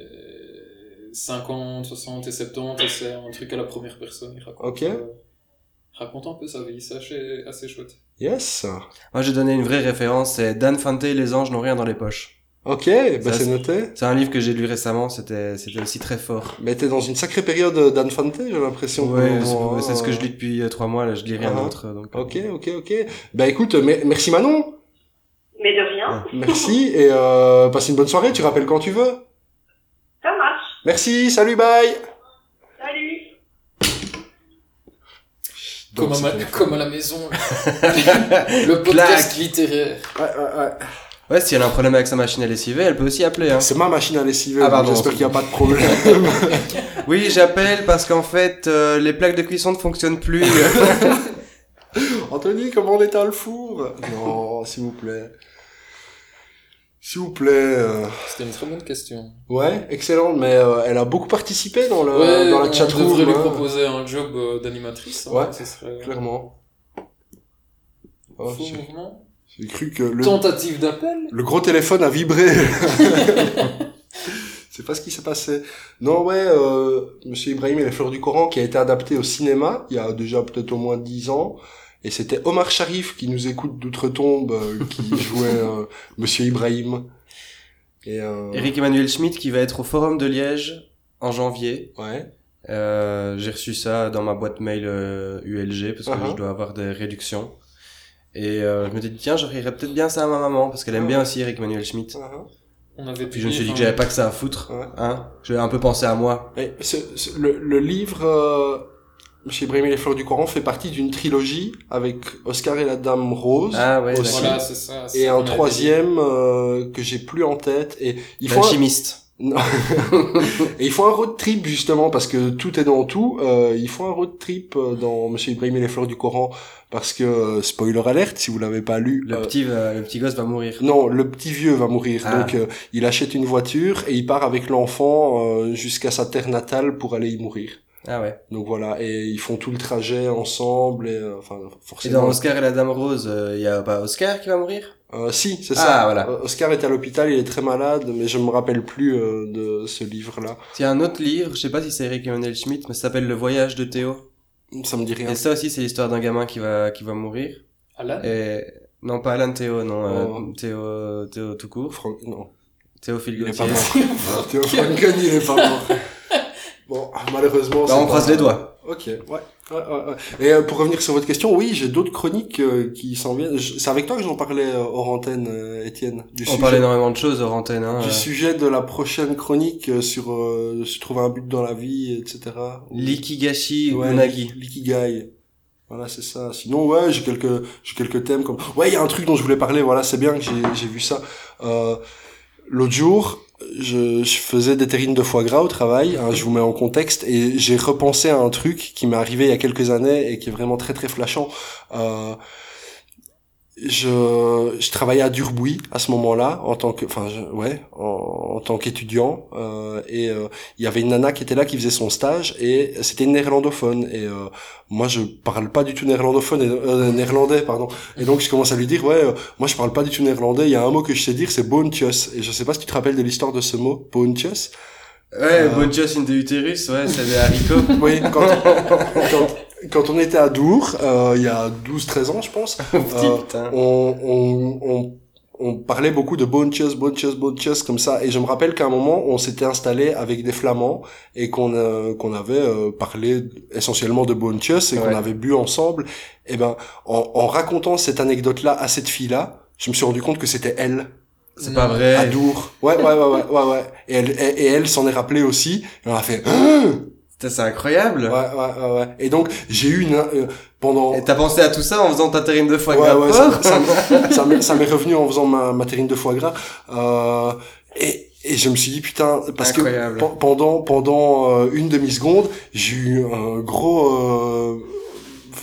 B: années 50, 60 et 70 et c'est un truc à la première personne. Il raconte,
A: Ok.
B: euh, raconte un peu sa vie, c'est assez, assez chouette.
A: Yes.
C: Moi j'ai donné une vraie référence, c'est Dan Fante les anges n'ont rien dans les poches.
A: Ok, ben
C: Ça,
A: c'est
C: c'est-
A: noté.
C: C'est un livre que j'ai lu récemment, c'était c'était aussi très fort.
A: Mais t'es dans une sacrée période d'Anfante, j'ai l'impression. pour le
C: Ouais,
A: moment,
C: c'est c'est ce que
A: hein.
C: je lis depuis euh, trois mois là, je lis rien
A: Uh-huh.
C: d'autre donc. euh,
A: Ok, ok, ok. Bah écoute, me- merci Manon.
D: Mais de rien,
A: Ah. Merci et euh, passe une bonne soirée. Tu rappelles quand tu veux.
D: ça marche.
A: Merci, salut, bye.
D: Salut
B: Comme à, ma-
A: Ouais,
B: comme à la maison. le podcast littéraire.
A: ouais, ouais.
C: Ouais, si elle a un problème avec sa machine à lessiver, elle peut aussi appeler hein.
A: C'est ma machine à lessiver.
C: Ah,
A: donc
C: pardon.
A: J'espère qu'il n'y a pas de problème.
C: Oui, j'appelle parce qu'en fait euh, les plaques de cuisson ne fonctionnent plus.
A: Anthony, comment on éteint le four Non, s'il vous plaît. S'il vous plaît. euh,
B: C'était une très bonne question.
A: Ouais, excellent, mais euh, elle a beaucoup participé dans, le,
B: ouais,
A: Euh, dans la hein. chat
B: on devrait lui
A: room.
B: proposer un job euh, d'animatrice. hein,
A: Ouais.
B: ce serait-
A: Clairement. Oh,
B: Faux
A: j'ai-
B: mouvement.
A: J'ai cru que le,
B: Tentative d'appel
A: le gros téléphone a vibré. C'est pas ce qui s'est passé. Non, ouais, euh, Monsieur Ibrahim et les fleurs du Coran qui a été adapté au cinéma il y a déjà peut-être au moins dix ans. Et c'était Omar Sharif qui nous écoute d'outre-tombe, euh, qui jouait euh, Monsieur Ibrahim. Et euh,
C: Eric Emmanuel Schmitt qui va être au Forum de Liège en janvier.
A: ouais,
C: Euh, j'ai reçu ça dans ma boîte mail euh, ULG parce que
A: Uh-huh.
C: je dois avoir des réductions. Et euh, je me dis tiens, j'offrirais peut-être bien ça à ma maman parce qu'elle
A: Ah
C: aime bien aussi Eric Emmanuel Schmitt.
B: On avait pu
C: Puis je me suis dit
B: dire,
C: que
B: hein,
C: j'avais pas que ça à foutre,
A: Ouais.
C: hein. Je vais un peu penser à moi.
A: Et ce- ce- le, le livre euh, Chez Ibrahim et les fleurs du Coran fait partie d'une trilogie avec Oscar et la Dame Rose.
C: Ah ouais,
A: Aussi.
B: Voilà, c'est ça. c'est
A: Et
B: ça qu'on
A: un
B: avait
A: troisième euh, que j'ai plus en tête et
C: Ben,
A: il faut un,
C: L'alchimiste.
A: Non. et il faut un road trip justement parce que tout est dans tout. Euh, il faut un road trip euh, dans Monsieur Ibrahim et les fleurs du Coran parce que euh, spoiler alerte si vous l'avez pas lu.
C: Le
A: euh,
C: petit, va- le petit gosse va mourir.
A: non, le petit vieux va mourir.
C: Ah.
A: Donc euh, il achète une voiture et il part avec l'enfant euh, jusqu'à sa terre natale pour aller y mourir.
C: Ah ouais.
A: Donc voilà, et ils font tout le trajet ensemble, et euh, enfin
C: Et dans
A: forcément.
C: Oscar et la Dame Rose, il y a pas Oscar qui va mourir
A: Euh, si, c'est
C: Ah,
A: ça.
C: voilà.
A: Euh, Oscar est à l'hôpital, il est très malade, mais je me rappelle plus euh, de ce livre-là.
C: Il y a un autre livre, je sais pas si c'est Eric Emmanuel Schmitt, mais ça s'appelle Le Voyage de Théo.
A: Ça me dit rien.
C: Et ça aussi, c'est l'histoire d'un gamin qui va, qui va mourir.
B: dit. Alan
C: Et... Non, pas Alan Théo, non.
A: Oh.
C: euh, Théo, Théo tout court.
A: Franck- non.
C: Théophile
A: Il est
C: Gauthier.
A: pas mort. Théo Franken, il est Ah, pas mort. Bon, ah, malheureusement.
C: Bah,
A: c'est
C: on
A: pas-
C: croise les doigts.
A: Ok, ouais. ouais, ouais, ouais. Et euh, pour revenir sur votre question, oui, j'ai d'autres chroniques euh, qui s'en viennent. Je- C'est avec toi que j'en parlais euh, hors antenne, euh, Étienne. du
C: On
A: sujet.
C: parle énormément de choses hors antenne. Hein.
A: du
C: euh,
A: sujet de la prochaine chronique euh, sur euh, se trouver un but dans la vie, etc.
C: L'ikigashi
A: Ouais,
C: Unagi.
A: l'ik- L'ikigai. Voilà, c'est ça. Sinon, ouais, j'ai quelques, j'ai quelques thèmes comme. Ouais, il y a un truc dont je voulais parler. Voilà, c'est bien que j'ai, j'ai vu ça. Euh, l'autre jour, je, je faisais des terrines de foie gras au travail. hein, je vous mets en contexte et j'ai repensé à un truc qui m'est arrivé il y a quelques années et qui est vraiment très très flashant. Euh, je, je travaillais à Durbuy à ce moment-là en tant que enfin je- ouais en, en tant qu'étudiant euh, et euh, il y avait une nana qui était là qui faisait son stage et c'était une néerlandophone et euh, moi je parle pas du tout néerlandophone et, euh, néerlandais pardon et donc je commence à lui dire ouais euh, moi je parle pas du tout néerlandais il y a un mot que je sais dire c'est boontjes et je sais pas si tu te rappelles de l'histoire de ce mot boontjes
C: Ouais,
A: Euh.
C: Bojos in the Uterus, ouais, c'est des haricots.
A: oui quand quand, quand on était à Dour euh, il y a 12 13 ans je pense euh,
C: Petit putain.
A: on, on, on, on parlait beaucoup de bonches, bonches, bonches comme ça. Et je me rappelle qu'à un moment, on s'était installé avec des Flamands et qu'on euh, qu'on avait euh, parlé essentiellement de bonches et
C: Ouais.
A: qu'on avait bu ensemble. Et ben, en, en racontant cette anecdote-là à cette fille-là, je me suis rendu compte que c'était elle.
C: C'est
B: Non.
C: pas
A: À
C: vrai.
A: Dour. Ouais, ouais, ouais, ouais, ouais, ouais. Et elle, et, et elle s'en est rappelée aussi. Et on a fait, Ah
C: Putain, c'est incroyable.
A: ouais, ouais, ouais, ouais. Et donc, j'ai eu une, euh, pendant,
C: Et t'as pensé à tout ça en faisant ta terrine de foie
A: Ouais,
C: gras
A: ouais,
C: porc
A: ça, ça m'est- ça m'est- ça m'est revenu en faisant ma, ma terrine de foie gras. Euh, et, et je me suis dit, putain, parce
C: Incroyable.
A: que pe- pendant, pendant euh, une demi-seconde, j'ai eu un gros euh,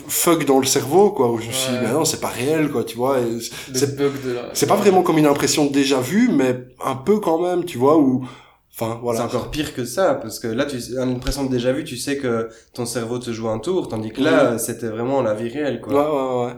A: fuck dans le cerveau, quoi, où je me suis dit,
B: Ouais.
A: bah non, c'est pas réel, quoi, tu vois. et c'est-
B: Le
A: c'est-
B: bug de la...
A: C'est pas vraiment comme une impression déjà vue, mais un peu quand même, tu vois, ou... Enfin, voilà.
C: C'est encore pire que ça, parce que là, tu, en une pression de déjà vu, tu sais que ton cerveau te joue un tour, tandis que là, c'était vraiment la vie réelle,
A: Ouais,
C: quoi.
A: ouais, ouais.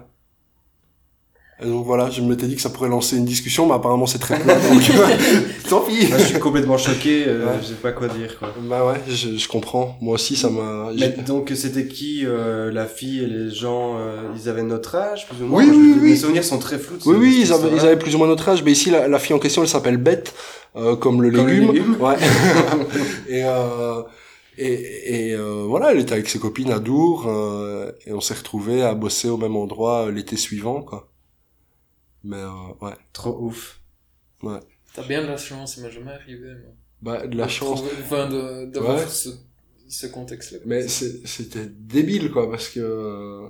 A: Et donc voilà, je m'étais dit que ça pourrait lancer une discussion, mais apparemment c'est très plat, donc tant pis
C: Moi, je suis complètement choqué, euh,
A: Ouais.
C: je sais pas quoi dire, quoi.
A: Bah ouais, je, je comprends. Moi aussi, ça m'a.
C: Mais
A: j'ai-
C: donc c'était qui euh, la fille et les gens euh, Ils avaient notre âge plus ou moins.
A: Oui,
C: Moi, je-
A: oui, oui.
C: Mes souvenirs sont très flous. de
A: Oui,
C: ce-
A: oui,
C: cette
A: ils avaient, ils
C: histoire-là.
A: avaient plus ou moins notre âge, mais ici, la, la fille en question, elle s'appelle Bette, euh, comme le
C: Comme le
A: légume.
C: légume.
A: Ouais. et euh, et, et euh, voilà, elle était avec ses copines à Dour, euh, et on s'est retrouvés à bosser au même endroit euh, l'été suivant, quoi. Mais euh, ouais,
C: Trop ouf.
B: T'as bien de la chance, ça m'est jamais arrivé. moi.
A: bah, de la
B: De
A: chance.
B: trouver- Enfin, de- d'avoir
A: Ouais.
B: ce, ce contexte-là.
A: Mais c'est- c'était débile, quoi, parce que... euh,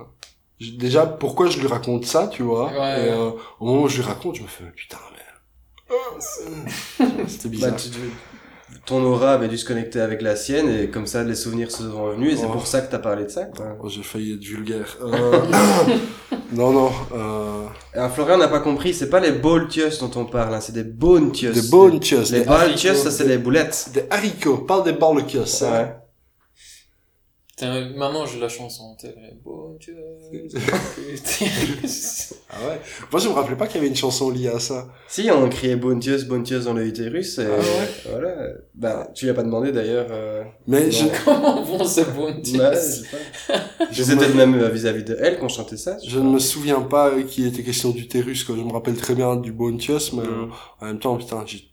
A: je- Déjà, pourquoi je lui raconte ça, tu vois
B: Ouais.
A: Et euh, au moment où je lui raconte, je me fais, putain, Oh. mais c'était bizarre.
C: Bah, tu- tu- Ton aura avait dû se connecter avec la sienne et comme ça les souvenirs se sont revenus et c'est
A: Oh.
C: pour ça que t'as parlé de ça. quoi.
A: Oh, J'ai failli être vulgaire. Euh, Non, non. Euh,
C: Un Florian n'a pas compris, c'est pas les Boltius dont on parle, hein, c'est des Bontius.
A: des bonchios,
C: Les
A: des,
C: Boltius, ça c'est les boulettes.
A: des haricots, pas des balkios. hein.
B: Putain, Maintenant, j'ai la chanson en tête. mais Bon Dieu.
A: Ah ouais. Moi, je me rappelais pas qu'il y avait une chanson liée à ça.
C: Si, on criait Bontius, Bontius dans le utérus, et
A: Ah ouais
C: voilà. Bah, tu l'as pas demandé d'ailleurs. euh,
A: Mais je,
C: Non.
B: Comment vont ces Bon Dieu
C: ouais, je sais pas.
A: je
C: C'était
A: me-
C: même euh, vis-à-vis de elle qu'on chantait ça.
A: je ne me souviens pas euh, qu'il était question du Terus, quoi. Je me rappelle très bien du Bontius, mais euh,
C: Mm.
A: en même temps, putain, j'ai...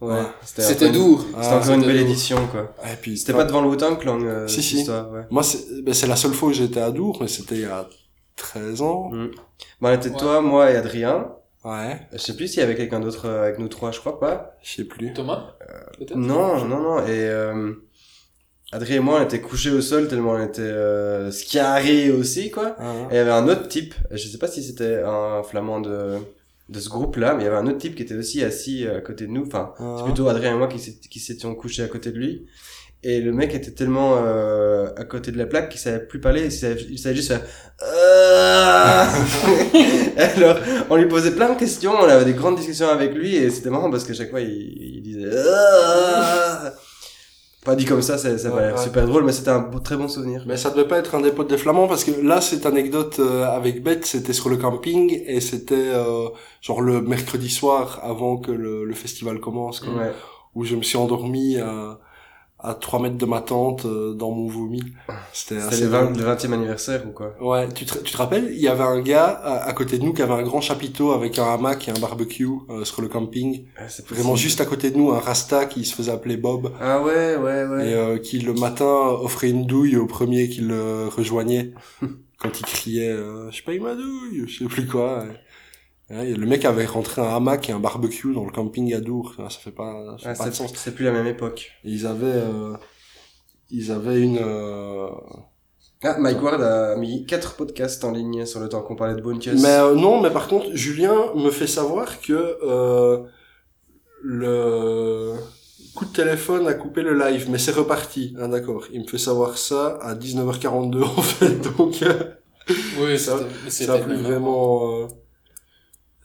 C: Ouais.
B: C'était
C: encore une-
B: dur.
A: Ah,
C: C'était encore une
B: c'était
C: belle
B: doux.
C: édition, quoi.
A: Et puis,
C: C'était
A: putain,
C: pas devant le Wu-Tang Clan, euh,
A: Si,
C: cette
A: si.
C: histoire, ouais.
A: Moi, c'est ben, c'est la seule fois où j'étais à Dour, mais c'était il y a 13 ans.
C: Mm. Bah, on était
B: Ouais.
C: toi, moi et Adrien.
A: Ouais,
C: Je sais plus s'il y avait quelqu'un d'autre euh, avec nous trois, je crois pas.
A: je sais plus.
B: Thomas Peut-être
A: Euh,
C: Non, non, non. Et euh, Adrien et moi, on était couchés au sol tellement on était euh, scarrés aussi, quoi.
A: Hein.
C: Et il y avait un autre type, je sais pas si c'était un flamand de, de ce groupe-là, mais il y avait un autre type qui était aussi assis euh, à côté de nous. Enfin,
A: Hein.
C: c'est plutôt Adrien et moi qui s'ét- qui s'étions couchés à côté de lui. Et le mec était tellement euh, à côté de la plaque qu'il savait plus parler, il savait, il savait juste faire... Ah Et Alors, on lui posait plein de questions, on avait des grandes discussions avec lui, et c'était marrant parce qu'à chaque fois, il, il disait... Ah Pas dit comme ça, ça, ça va
A: Ouais,
C: l'air
A: ouais.
C: super drôle, mais c'était un beau- très bon souvenir.
A: Mais ça devait pas être un des potes des Flamands parce que là, cette anecdote euh, avec Beth, c'était sur le camping et c'était euh, genre le mercredi soir avant que le, le festival commence, quoi,
C: Ouais.
A: où je me suis endormi à, à 3 mètres de ma tente euh, dans mon vomi. C'était
C: C'était
A: assez
C: le, 20,
A: drôle.
C: le 20e anniversaire ou quoi
A: Ouais, tu te, tu te rappelles, il y avait un gars à, à côté de nous qui avait un grand chapiteau avec un hamac et un barbecue euh, sur le camping,
C: C'est
A: vraiment juste à côté de nous, un rasta qui se faisait appeler Bob.
C: Ah ouais, ouais, ouais.
A: et euh, qui le matin offrait une douille au premier qui le rejoignait quand il criait euh, je paye ma douille je sais plus quoi et, et le mec avait rentré un hamac et un barbecue dans le camping à Dour ça fait pas, ça
C: Ah,
A: fait pas de sens
C: c'est c'est plus la même époque.
A: Et ils avaient euh, ils avaient une euh,
C: Ah, Mike Ward a mis quatre podcasts en ligne sur le temps qu'on parlait de Bontius.
A: mais euh, non mais par contre Julien me fait savoir que euh, le coup de téléphone a coupé le live mais c'est reparti hein, d'accord il me fait savoir ça à 19h42 en fait donc euh,
B: Oui,
A: Ça-
B: c'était- mais
A: ça a
B: c'était
A: plus vraiment euh,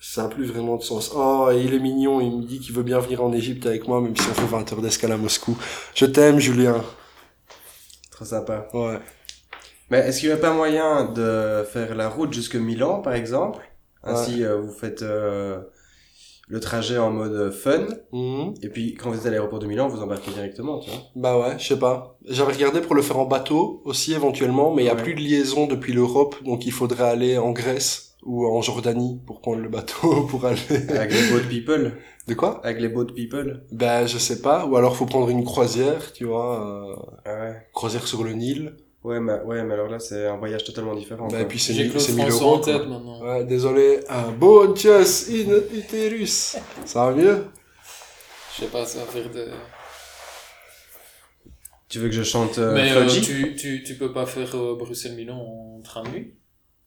A: ça a plus vraiment de sens oh et il est mignon il me dit qu'il veut bien venir en Égypte avec moi même si on fait 20 heures d'escale à Moscou je t'aime Julien
C: Trop sympa.
A: ouais
C: Mais est-ce qu'il n'y a pas moyen de faire la route jusque Milan, par exemple Ainsi, euh, vous faites euh, le trajet en mode fun.
A: Mhm.
C: Et puis, quand vous êtes à l'aéroport de Milan, vous embarquez directement, tu vois.
A: bah ouais je sais pas j'avais regardé pour le faire en bateau aussi éventuellement mais il y a
C: Ouais.
A: plus de liaison depuis l'Europe donc il faudrait aller en Grèce ou en Jordanie pour prendre le bateau pour aller
C: Avec les boat people.
A: de quoi
C: Avec les boat people.
A: ben je sais pas ou alors faut prendre une croisière tu vois euh,
C: Ah ouais.
A: croisière sur le Nil
C: Ouais, mais, ouais, mais alors là, c'est un voyage totalement différent.
A: bah,
C: quoi.
A: et puis c'est
B: J'ai
A: mille-
B: Claude
A: c'est 1000 euros
B: François en
A: quoi.
B: tête maintenant.
A: Ouais, désolé, un Bontius in uterus. Ça va mieux
B: Je sais pas, ça va faire de...
C: Tu veux que je chante euh,
B: Mais euh,
C: Fudgy
B: tu, tu, tu peux pas faire euh, Bruxelles-Milan en train de nuit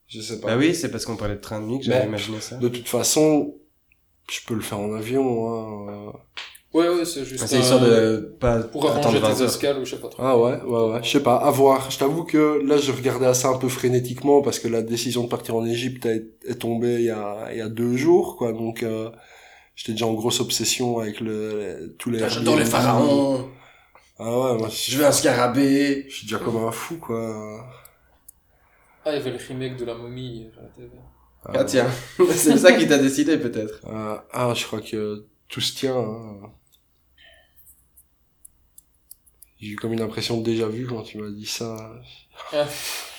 A: Je sais pas.
C: Bah oui, c'est parce qu'on parlait de train de nuit que j'avais
A: Mais-
C: imaginé ça.
A: De toute façon, je peux le faire en avion. Hein. euh.
B: Ouais, ouais, c'est juste...
C: C'est
B: un-
C: histoire de pas
B: Pour
C: attendre
B: arranger
C: 20
B: tes
C: heures.
B: escales ou je sais pas trop.
A: Ah ouais, ouais, ouais. Je sais pas, à voir. Je t'avoue que là, je regardais à ça un peu frénétiquement parce que la décision de partir en Égypte est, est tombée il y, a, il y a deux jours, quoi. Donc, euh, j'étais déjà en grosse obsession avec le, les- tous les...
C: Ah, J'adore les
A: Airbnb.
C: pharaons,
A: Ah ouais, moi,
C: je
A: je
C: veux un scarabée.
A: je suis déjà comme un fou, quoi.
B: Ah, il y avait le remake de La Momie hier à la TV.
C: Ah tiens, c'est ça qui t'a décidé peut-être.
A: Euh, ah, je crois que tout se tient. hein. J'ai eu comme une impression de déjà vu quand tu m'as dit ça.
B: Ah.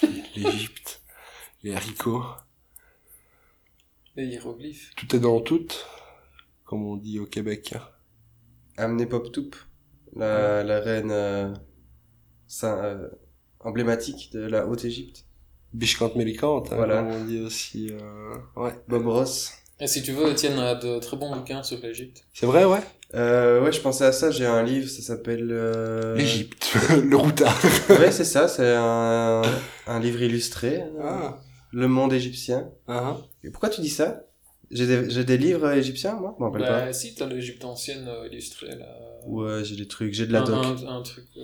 A: L'Égypte, les haricots,
B: Les hiéroglyphes.
A: tout est dans tout, comme on dit au Québec. hein.
C: Amener Pop Toup, la, la reine euh, saint- euh, emblématique de la Haute-Égypte.
A: Bishkant Mélicante, hein,
C: Voilà.
A: comme on dit aussi. euh, Ouais.
C: Bob Ross.
B: Et si tu veux, Étienne a de très bons bouquins sur l'Égypte.
A: C'est vrai, ouais.
C: Euh, ouais, je pensais à ça, j'ai un livre, ça s'appelle... euh,
A: L'Égypte, le routard.
C: Ouais, c'est ça, c'est un, un livre illustré, euh,
A: Ah.
C: Le monde égyptien.
A: ah,
C: Et pourquoi tu dis ça J'ai des, j'ai des livres euh, égyptiens, moi Je m'en rappelle
B: Bah, si, t'as l'Égypte ancienne euh, illustrée là.
C: pas. Ouais, j'ai des trucs, j'ai de la
B: un,
C: doc.
B: un, un truc. euh,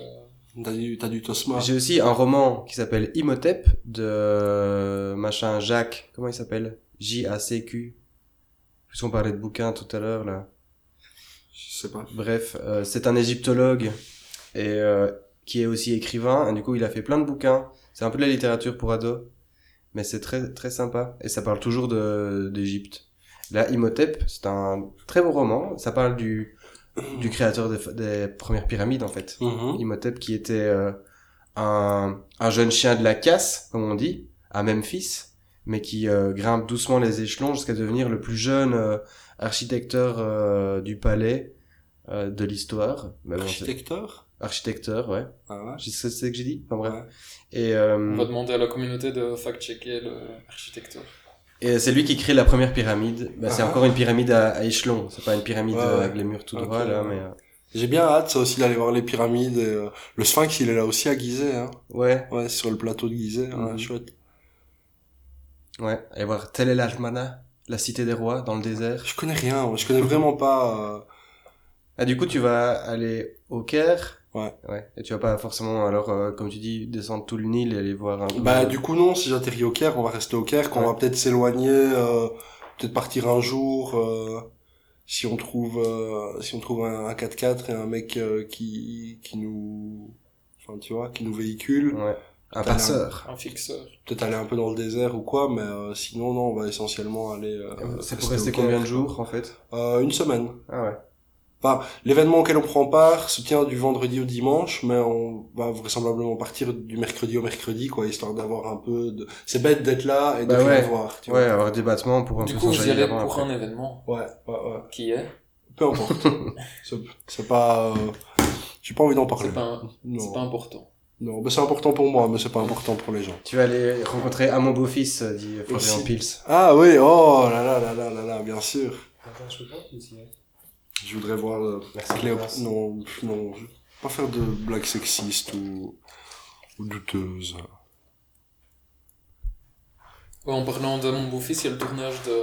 A: ah. T'as du, t'as du Tosma.
C: J'ai aussi un roman qui s'appelle Imhotep de euh, machin Jacques. Comment il s'appelle J-A-C-Q. Puisqu'on parlait de bouquins tout à l'heure là.
A: Je sais pas.
C: Bref, euh, c'est un égyptologue et euh, qui est aussi écrivain. Et du coup, il a fait plein de bouquins. C'est un peu de la littérature pour ados, mais c'est très très sympa. Et ça parle toujours de d'Égypte. Là, Imhotep, c'est un très beau roman. Ça parle du du créateur des, fa- des premières pyramides en fait.
A: Mhm.
C: Imhotep qui était euh, un, un jeune chien de la casse, comme on dit, à Memphis, mais qui euh, grimpe doucement les échelons jusqu'à devenir le plus jeune euh, architecteur euh, du palais euh, de l'histoire. Mais bon, c'est-
A: Architecteur
C: architecteur, ouais.
A: Ah ouais.
C: Je sais ce que j'ai dit. Enfin bref.
A: Ouais.
C: Et,
B: On
C: euh,
B: va demander à la communauté de fact-checker l'architecture.
C: et c'est lui qui crée la première pyramide. Bah, c'est
A: Ah.
C: encore une pyramide à, à échelon. C'est pas une pyramide
A: Ouais,
C: euh,
A: ouais.
C: avec les murs tout
A: Ok,
C: droit là,
A: ouais.
C: mais euh,
A: J'ai bien hâte, ça aussi, d'aller voir les pyramides. et, euh, le sphinx, il est là aussi à Gizeh, hein.
C: ouais,
A: Ouais, sur le plateau de Gizeh, ouais,
C: Mhm.
A: chouette.
C: ouais. Allez voir Tel El Armana, la cité des rois dans le désert.
A: Je connais rien, moi, je connais vraiment pas... euh.
C: Ah, du coup, tu vas aller au Caire.
A: Ouais.
C: Ouais. Et tu vas pas forcément, alors, euh, comme tu dis, descendre tout le Nil et aller voir un
A: euh,
C: peu.
A: Bah, du coup, non, si j'atterris au Caire, on va rester au Caire, qu'on
C: Ouais.
A: va peut-être s'éloigner, euh, peut-être partir un jour, euh, si on trouve, euh, si on trouve un, un 4x4 et un mec euh, qui, qui nous... Enfin, tu vois, qui nous véhicule.
C: Ouais. Un
A: T'as
C: passeur.
B: Un fixeur.
A: Peut-être aller un peu dans le désert ou quoi, mais euh, sinon, non, on va essentiellement aller... euh,
C: C'est pour
A: au
C: rester
A: Caire.
C: combien de jours, en fait?
A: euh, Une semaine.
C: Ah ouais.
A: L'événement auquel on prend part se tient du vendredi au dimanche, mais on va vraisemblablement partir du mercredi au mercredi, quoi, histoire d'avoir un peu de... C'est bête d'être là et de
C: Bah
A: rien
C: ouais.
A: voir, tu
C: Ouais, avoir des battements pour un
B: Du
C: peu
B: coup, vous y
C: s'enjailler
B: allez
C: là-bas
B: pour
C: après.
B: un événement
A: vois. Ouais, ouais, ouais.
B: qui est.
A: Peu importe. c'est, c'est pas... Euh... J'ai pas envie d'en parler.
B: C'est pas, un-
A: Non,
B: c'est pas important.
A: non. Mais c'est important pour moi, mais c'est pas important pour les gens.
C: Tu vas aller rencontrer à mon beau-fils, euh, dit Florian
A: Aussi.
C: Pils.
A: Ah oui, oh là là là là là là, bien sûr. Je voudrais voir... euh,
C: Merci.
A: Cléop...
C: Cléopas.
A: Non, pff, non, je vais pas faire de blagues sexistes ou, ou douteuses.
B: Ouais, en parlant de mon beau-fils, il y a le tournage de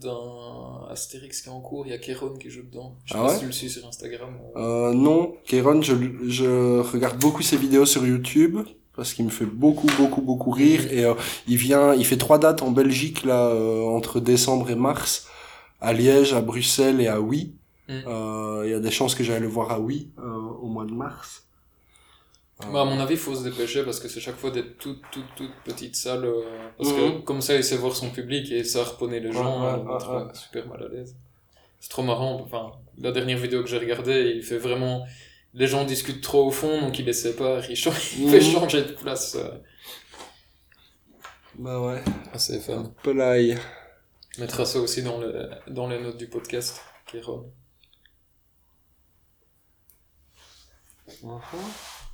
B: d'un Astérix qui est en cours, il y a Kéron qui joue dedans. Je sais
A: Ah
B: pas
A: ouais
B: si tu le suis sur Instagram.
A: Euh, non, Kéron, je, je regarde beaucoup ses vidéos sur YouTube parce qu'il me fait beaucoup, beaucoup, beaucoup rire. Et euh, il vient, il fait trois dates en Belgique là euh, entre décembre et mars, à Liège, à Bruxelles et à Oui.
B: Mm.
A: Euh, Il y a des chances que j'aille le voir à Oui euh, au mois de mars. Euh,
B: Bah, à mon avis, il faut se dépêcher parce que c'est chaque fois des toutes, toutes, toutes petites salles. euh, parce que
A: Mhm.
B: comme ça, il sait voir son public et ça reponnaît les gens.
A: Ouais, ouais,
B: euh,
A: ouais,
B: être, euh, super mal à l'aise. C'est trop marrant. Enfin, la dernière vidéo que j'ai regardée, il fait vraiment. Les gens discutent trop au fond, donc il les sépare. Il, change- il fait
A: Mhm.
B: changer de place. euh,
A: Bah ouais.
B: à ses fans.
A: Pelaï.
B: On mettra ça aussi dans, le, dans les notes du podcast, Kéron.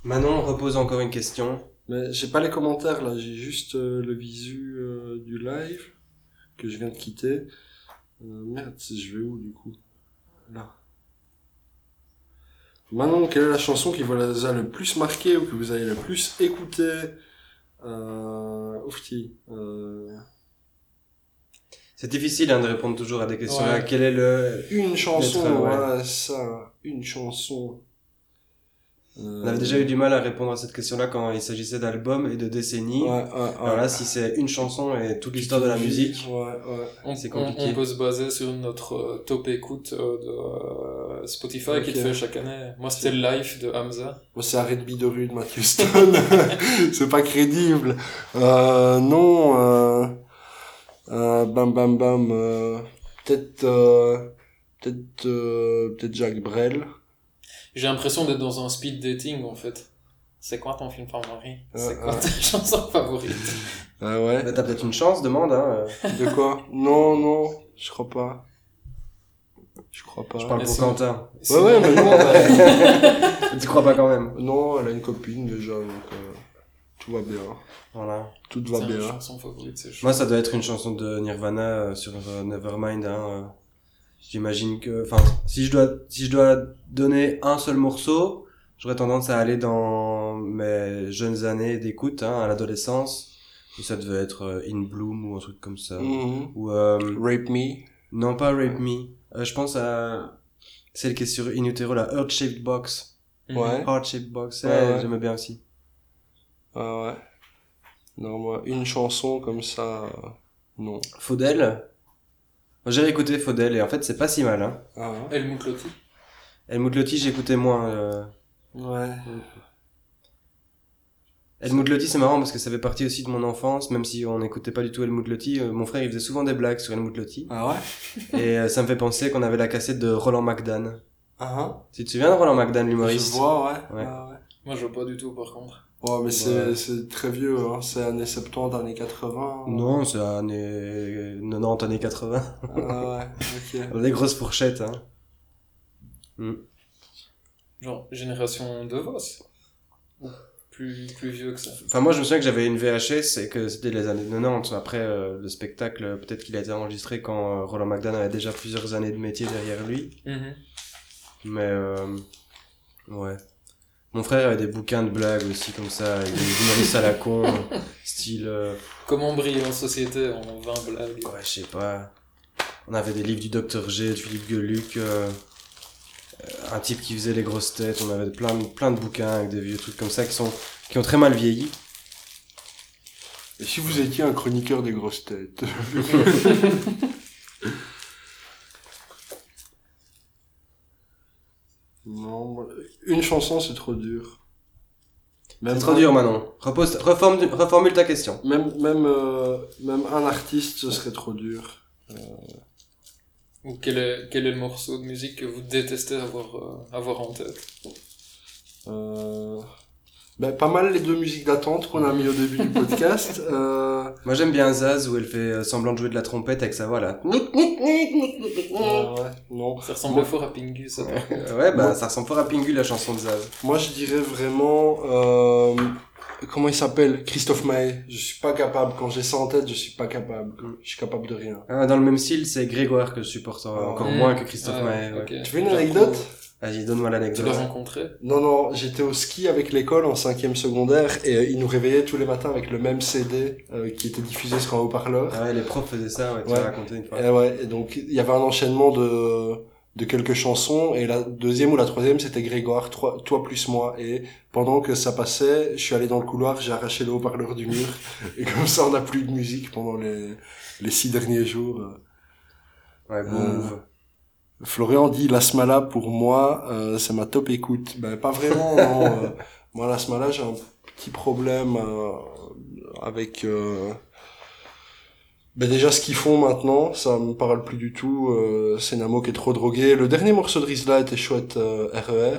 C: Manon repose encore une question.
A: Mais j'ai pas les commentaires là, j'ai juste euh, le visu euh, du live que je viens de quitter. Euh, merde, je vais où du coup Là. Manon, quelle est la chanson qui vous a le plus marqué ou que vous avez le plus écouté euh, Oufti. Euh,
C: C'est difficile, hein, de répondre toujours à des questions là.
B: Ouais.
C: Quel est le...
A: une chanson,
C: Lettre, ouais.
A: voilà ça, une chanson. Euh,
C: On avait déjà eu du mal à répondre à cette question-là quand il s'agissait d'albums et de décennies.
A: Ouais, ouais, ouais.
C: Alors là, si c'est une chanson et toute l'histoire de la musique,
A: Ouais, ouais.
B: On,
C: C'est
B: on,
C: compliqué.
B: on peut se baser sur notre euh, top écoute euh, de euh, Spotify qui te
A: Ok.
B: fait chaque année. Moi, c'était le live de Hamza.
A: Bon, c'est arrêt de Bidoru de Matthew Stone. c'est pas crédible. Euh, non, euh, euh, bam bam bam, euh, peut-être, euh, peut-être, euh, peut-être Jacques Brel.
B: J'ai l'impression d'être dans un speed dating, en fait. C'est quoi ton film favori C'est
A: Euh,
B: quoi
A: euh.
B: ta chanson favorite
A: Ah ouais.
C: bah, t'as peut-être une chance, demande. Hein. euh.
A: De quoi? Non, non, je crois pas. Je crois pas.
C: Je parle pour
B: Merci.
C: Quentin.
A: Ouais, bah, ouais, mais non, ouais.
C: tu crois pas quand même
A: non, elle a une copine déjà, donc, euh, tout va bien.
C: Voilà.
A: Tout va
B: C'est ma
A: bien.
B: chanson favorite, c'est chaud.
C: Moi, ça doit être une chanson de Nirvana euh, sur euh, Nevermind. Hein, euh. J'imagine que, enfin, si je dois, si je dois donner un seul morceau, j'aurais tendance à aller dans mes jeunes années d'écoute, hein, à l'adolescence. où ça devait être euh, In Bloom ou un truc comme ça.
A: Mhm.
C: Ou euh,
A: Rape me.
C: non pas Rape Me. Euh, je pense à celle qui est sur In Utero, la Earth Shaped Box.
B: Mhm.
A: Ouais.
C: Hardship Box, eh,
A: Ouais, ouais.
C: j'aimais bien aussi.
A: Ah ouais. Non, moi, une chanson comme ça, euh, non.
C: Faudel. J'ai réécouté Faudel et en fait, c'est pas si mal. Hein.
A: Ah
B: Mm. Helmut Lotti.
C: Helmut Lotti, j'écoutais moins. euh.
A: ouais.
C: Helmut Lotti, c'est marrant parce que ça fait partie aussi de mon enfance, même si on n'écoutait pas du tout Helmut Lotti. euh, Mon frère, il faisait souvent des blagues sur Helmut Lotti.
A: Ah ouais
C: Et euh, ça me fait penser qu'on avait la cassette de Roland McDan.
A: Ah hein.
C: Tu te souviens de Roland McDan,
A: Je
C: l'humoriste
A: vois, ouais.
C: Ouais.
A: Ah ouais.
B: Moi, je vois pas du tout, par contre.
A: Ouais, mais c'est
C: Ouais.
A: c'est très vieux, hein. c'est années 70, années 80.
C: Non, c'est années 90, années 80.
A: Ah ouais, ok.
C: Des grosses fourchettes, hein.
B: Genre, génération de Vos. Ou Plus, plus vieux que ça.
C: Enfin, moi, je me souviens que j'avais une VHS et que c'était les années 90. Après, euh, le spectacle, peut-être qu'il a été enregistré quand euh, Roland McDan avait déjà plusieurs années de métier derrière lui.
B: Mhm.
C: Mais, euh, ouais. Mon frère avait des bouquins de blagues aussi, comme ça, et des humoristes à la con, euh, style, euh,
B: Comment briller en société en 20 blagues
C: ouais, je sais pas. On avait des livres du Dr G, de Philippe Geluc, euh, euh, un type qui faisait les grosses têtes. On avait plein, de- plein de bouquins avec des vieux trucs comme ça qui sont, qui ont très mal vieilli.
A: Et si vous étiez un chroniqueur des grosses têtes Non, moi, une chanson, c'est trop dur.
C: C'est trop dur, Manon. Repose, reformule, reformule ta question.
A: Même, même, euh, même un artiste, ce serait trop dur.
B: Ou quel est, quel est le morceau de musique que vous détestez avoir, euh, avoir en tête
A: Euh, ben, pas mal les deux musiques d'attente qu'on a mis au début du podcast. Euh,
C: Moi j'aime bien Zaz où elle fait euh, semblant de jouer de la trompette avec sa voix là.
A: ouais, non.
B: Ça ressemble
A: Moi-
B: fort à Pingu, ça. par contre.
C: Euh, Ouais bah ça ressemble fort à Pingu la chanson de Zaz.
A: Moi, je dirais vraiment. euh, comment il s'appelle Christophe Maé. Je suis pas capable. Quand j'ai ça en tête, je suis pas capable. Je suis capable de rien.
C: Ah, dans le même style c'est Grégoire que je supporte euh, encore
B: Mm.
C: moins que Christophe
B: Ah,
C: Maé. ouais.
B: ok.
A: Tu veux une
B: J'approuve.
A: anecdote
C: Vas-y donne-moi
B: Tu
C: l'anecdote.
B: l'as rencontré
A: Non, non, j'étais au ski avec l'école en cinquième secondaire et euh, ils nous réveillaient tous les matins avec le même CD euh, qui était diffusé sur un haut-parleur.
C: Ah ouais les profs faisaient ça ouais tu
A: Ouais. Euh,
C: l'as raconté une fois.
A: Et Eh ouais, et donc il y avait un enchaînement de de quelques chansons et la deuxième ou la troisième c'était Grégoire trois, toi plus moi et pendant que ça passait je suis allé dans le couloir j'ai arraché le haut-parleur du mur et comme ça on n'a plus de musique pendant les les six derniers jours
C: Ouais bon
A: Euh,
C: move.
A: Florian dit la smala pour moi euh, c'est ma top écoute ben pas vraiment non euh, moi la smala j'ai un petit problème euh, avec euh, ben déjà ce qu'ils font maintenant ça me parle plus du tout euh, c'est Namo qui est trop drogué le dernier morceau de Rizla était chouette euh, RER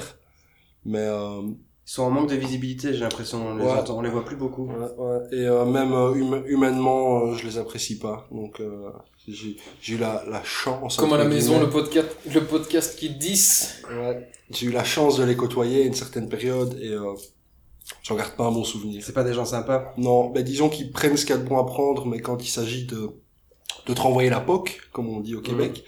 A: mais euh,
C: Ils sont en manque de visibilité j'ai l'impression on les
A: Ouais.
C: entend- on les voit plus beaucoup.
A: ouais, ouais. et euh, même euh, hum- humainement euh, je les apprécie pas donc euh, j'ai j'ai eu la, la chance
B: Comme à la
A: entre
B: maison,
A: guillemets.
B: le podcast, le podcast qui 10.
A: Ouais, j'ai eu la chance de les côtoyer à une certaine période et euh, j'en garde pas un bon souvenir.
C: C'est pas des gens sympas.
A: Non, ben disons qu'ils prennent ce qu'il y a de bon à prendre, mais quand il s'agit de de te renvoyer la poque, comme on dit au Québec,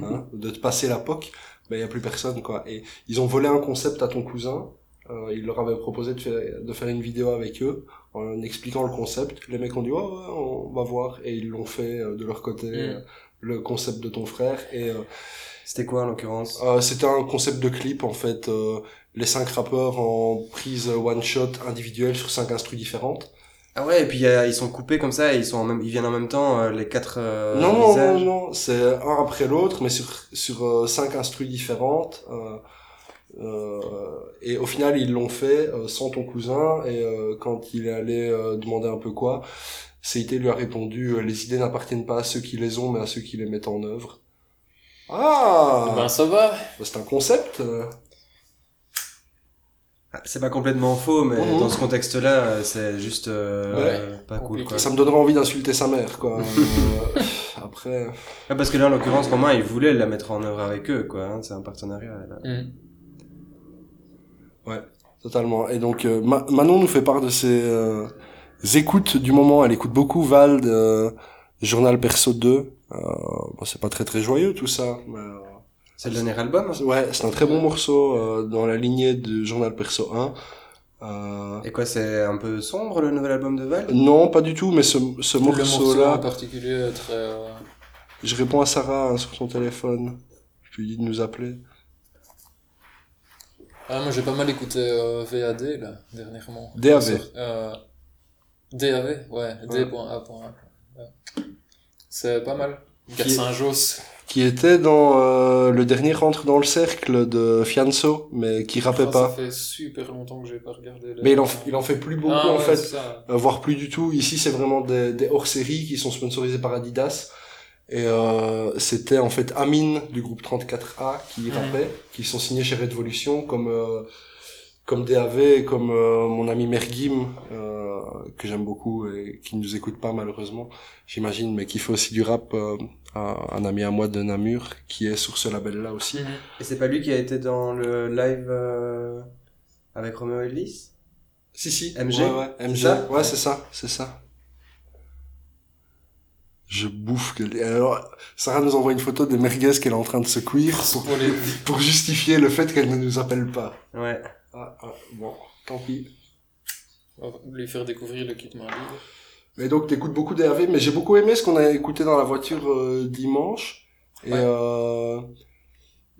A: hein, de te passer la poque, ben il y a plus personne quoi. Et ils ont volé un concept à ton cousin. Euh, il leur avait proposé de faire, de faire une vidéo avec eux en expliquant le concept. Les mecs ont dit ouais, ouais, on va voir et ils l'ont fait euh, de leur côté
B: Mm.
A: euh, le concept de ton frère et euh,
C: C'était quoi en l'occurrence
A: euh, c'était un concept de clip en fait, euh, les cinq rappeurs en prise one shot individuelle sur cinq instrus différentes.
C: Ah ouais et puis il y a- ils sont coupés comme ça et ils sont en même ils viennent en même temps euh, les quatre euh,
A: non non non
C: visages.
A: non, c'est un après l'autre mais sur sur euh, cinq instrus différentes. euh, euh, et au final ils l'ont fait euh, sans ton cousin et euh, quand il est allé euh, demander un peu quoi, CIT lui a répondu euh, les idées n'appartiennent pas à ceux qui les ont mais à ceux qui les mettent en œuvre. Ah,
B: Ben ça va.
A: c'est un concept. euh.
C: Ah, C'est pas complètement faux, mais
A: Mhm.
C: dans ce contexte-là, euh, c'est juste euh,
A: Ouais.
C: euh, pas cool. Quoi.
A: Ça me donnera envie d'insulter sa mère, quoi. Euh, après,
C: Ah, parce que là, en l'occurrence, Romain, il voulait la mettre en œuvre avec eux, quoi. hein, c'est un partenariat. là.
A: totalement. Et donc, euh, Ma- Manon nous fait part de ses euh, écoutes du moment. Elle écoute beaucoup Vald, euh, Journal Perso 2. Euh, bon, c'est pas très très joyeux tout ça. mais, euh,
C: C'est le dernier album. hein
A: ouais, c'est un très bon morceau euh, dans la lignée de Journal Perso 1. Euh,
C: Et quoi, c'est un peu sombre le nouvel album de Val
A: non, pas du tout, mais ce, ce
B: Le morceau
A: morceau-là,
B: en particulier est très. euh,
A: je réponds à Sarah hein, sur son téléphone. Je lui dis de nous appeler.
B: Ah, moi j'ai pas mal écouté euh, VAD là, dernièrement.
A: DAV.
B: Euh, DAV, ouais,
C: Ouais.
B: D.A.A. Ouais. C'est pas mal. Gassin Jos.
A: Qui était dans euh, le dernier rentre dans le cercle de Fianso, mais qui rappait
B: Ah, Ça
A: pas.
B: fait super longtemps que j'ai pas regardé. là.
A: Mais il en, f- il en fait plus beaucoup
B: Ah,
A: en
B: ouais,
A: fait.
B: c'est ça.
A: euh, voire plus du tout. Ici, c'est vraiment des, des hors-séries qui sont sponsorisés par Adidas. Et euh, c'était en fait Amine du groupe 34A qui rappait, qui sont signés chez Redvolution comme euh, comme DAV, et comme euh, mon ami Merguim euh, que j'aime beaucoup et qui ne nous écoute pas malheureusement, j'imagine, mais qui fait aussi du rap, euh, un, un ami à moi de Namur qui est sur ce label-là aussi.
B: Mhm.
C: Et c'est pas lui qui a été dans le live euh, avec Romeo Elvis
A: Si si.
C: MG?
A: Ouais, ouais, MG.
C: C'est ça
A: ouais, c'est ça, c'est ça. Je bouffe que. Alors, Sarah nous envoie une photo des merguez qu'elle est en train de se cuire pour,
B: Pour les-
A: pour justifier le fait qu'elle ne nous appelle pas.
C: Ouais.
A: Ah, ah, bon, tant pis.
B: On va lui faire découvrir le kit main libre.
A: Mais donc, t'écoutes beaucoup d'Hervé, mais j'ai beaucoup aimé ce qu'on a écouté dans la voiture euh, dimanche. Et
B: Ouais.
A: euh,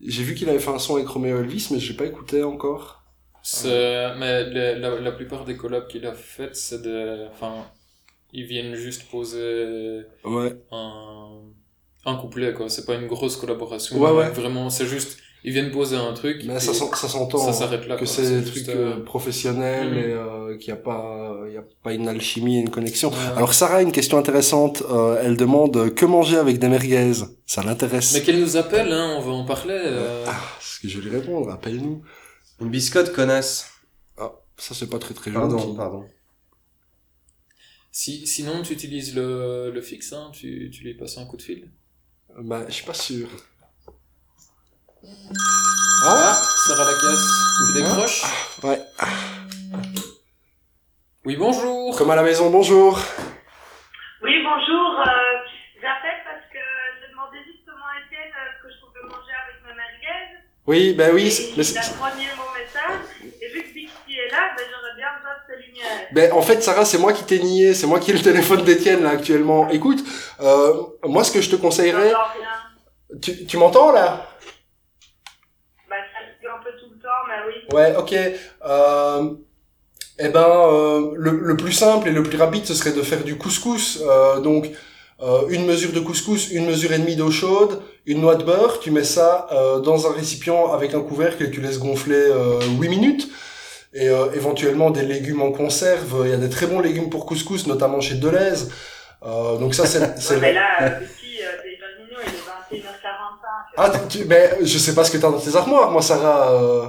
A: j'ai vu qu'il avait fait un son avec Romeo Elvis, mais je l'ai pas écouté encore.
B: C'est- Mais le- la, la plupart des collabs qu'il a faites, c'est des. Enfin, ils viennent juste poser
A: Ouais.
B: un, un couplet, quoi. C'est pas une grosse collaboration.
A: Ouais, ouais.
B: Vraiment, c'est juste. Ils viennent poser un truc.
A: Mais
B: et
A: ça s'en- ça s'entend.
B: ça
A: hein.
B: s'arrête là.
A: que
B: quoi.
A: c'est des
B: juste,
A: trucs
B: euh,
A: euh, professionnels
B: Mhm.
A: et euh, qu'il n'y a pas il y a pas une alchimie et une connexion.
B: euh, Ouais.
A: Alors Sarah une question intéressante, euh, elle demande euh, que manger avec des merguez. Ça l'intéresse.
B: Mais qu'elle nous appelle, hein, on va en parler. euh,
A: Ah, ce que je vais lui répondre, appelle-nous.
C: Une biscotte, connasse.
A: Ça c'est pas très très
C: Pardon,
A: gentil.
C: pardon.
B: si, sinon, tu utilises le, le fixe, hein, tu, tu lui passes un coup de fil.
A: Bah, je suis pas sûr.
B: Ah, Sarah Lacasse, tu
A: Ouais.
B: décroches
A: Ouais.
B: Oui, bonjour
A: Comme à la maison, bonjour.
D: Oui, bonjour. euh, J'appelle parce que je demandais justement à Étienne euh, ce que je pouvais manger avec ma merguez.
A: Oui, bah oui,
D: Et
A: c'est- mais
D: il
A: c'est-
D: a grogné mon message. Et vu que Bixi est là, ben, j'aurais bien besoin de ses lumières.
A: Ben, en fait, Sarah, c'est moi qui t'ai nié, c'est moi qui ai le téléphone d'Étienne, là, actuellement. Écoute, euh, moi, ce que je te conseillerais,
D: J'entends rien.
A: tu, tu m'entends, là?
D: Bah, ça me fait un peu tout le temps, mais oui.
A: Ouais, ok. Euh, eh ben, euh, le, le plus simple et le plus rapide, ce serait de faire du couscous. Euh, donc, euh, une mesure de couscous, une mesure et demie d'eau chaude, une noix de beurre. Tu mets ça euh, dans un récipient avec un couvercle et tu laisses gonfler euh, 8 minutes. Et euh, éventuellement des légumes en conserve. Il y a des très bons légumes pour couscous, notamment chez Deleuze. Euh, donc ça, c'est... c'est
D: Ouais,
A: la-
D: mais là, euh, Bixi, euh, c'est pas mignon, il est 21h45.
A: Ah, tu, tu- mais je sais pas ce que t'as dans tes armoires, moi, Sarah. euh.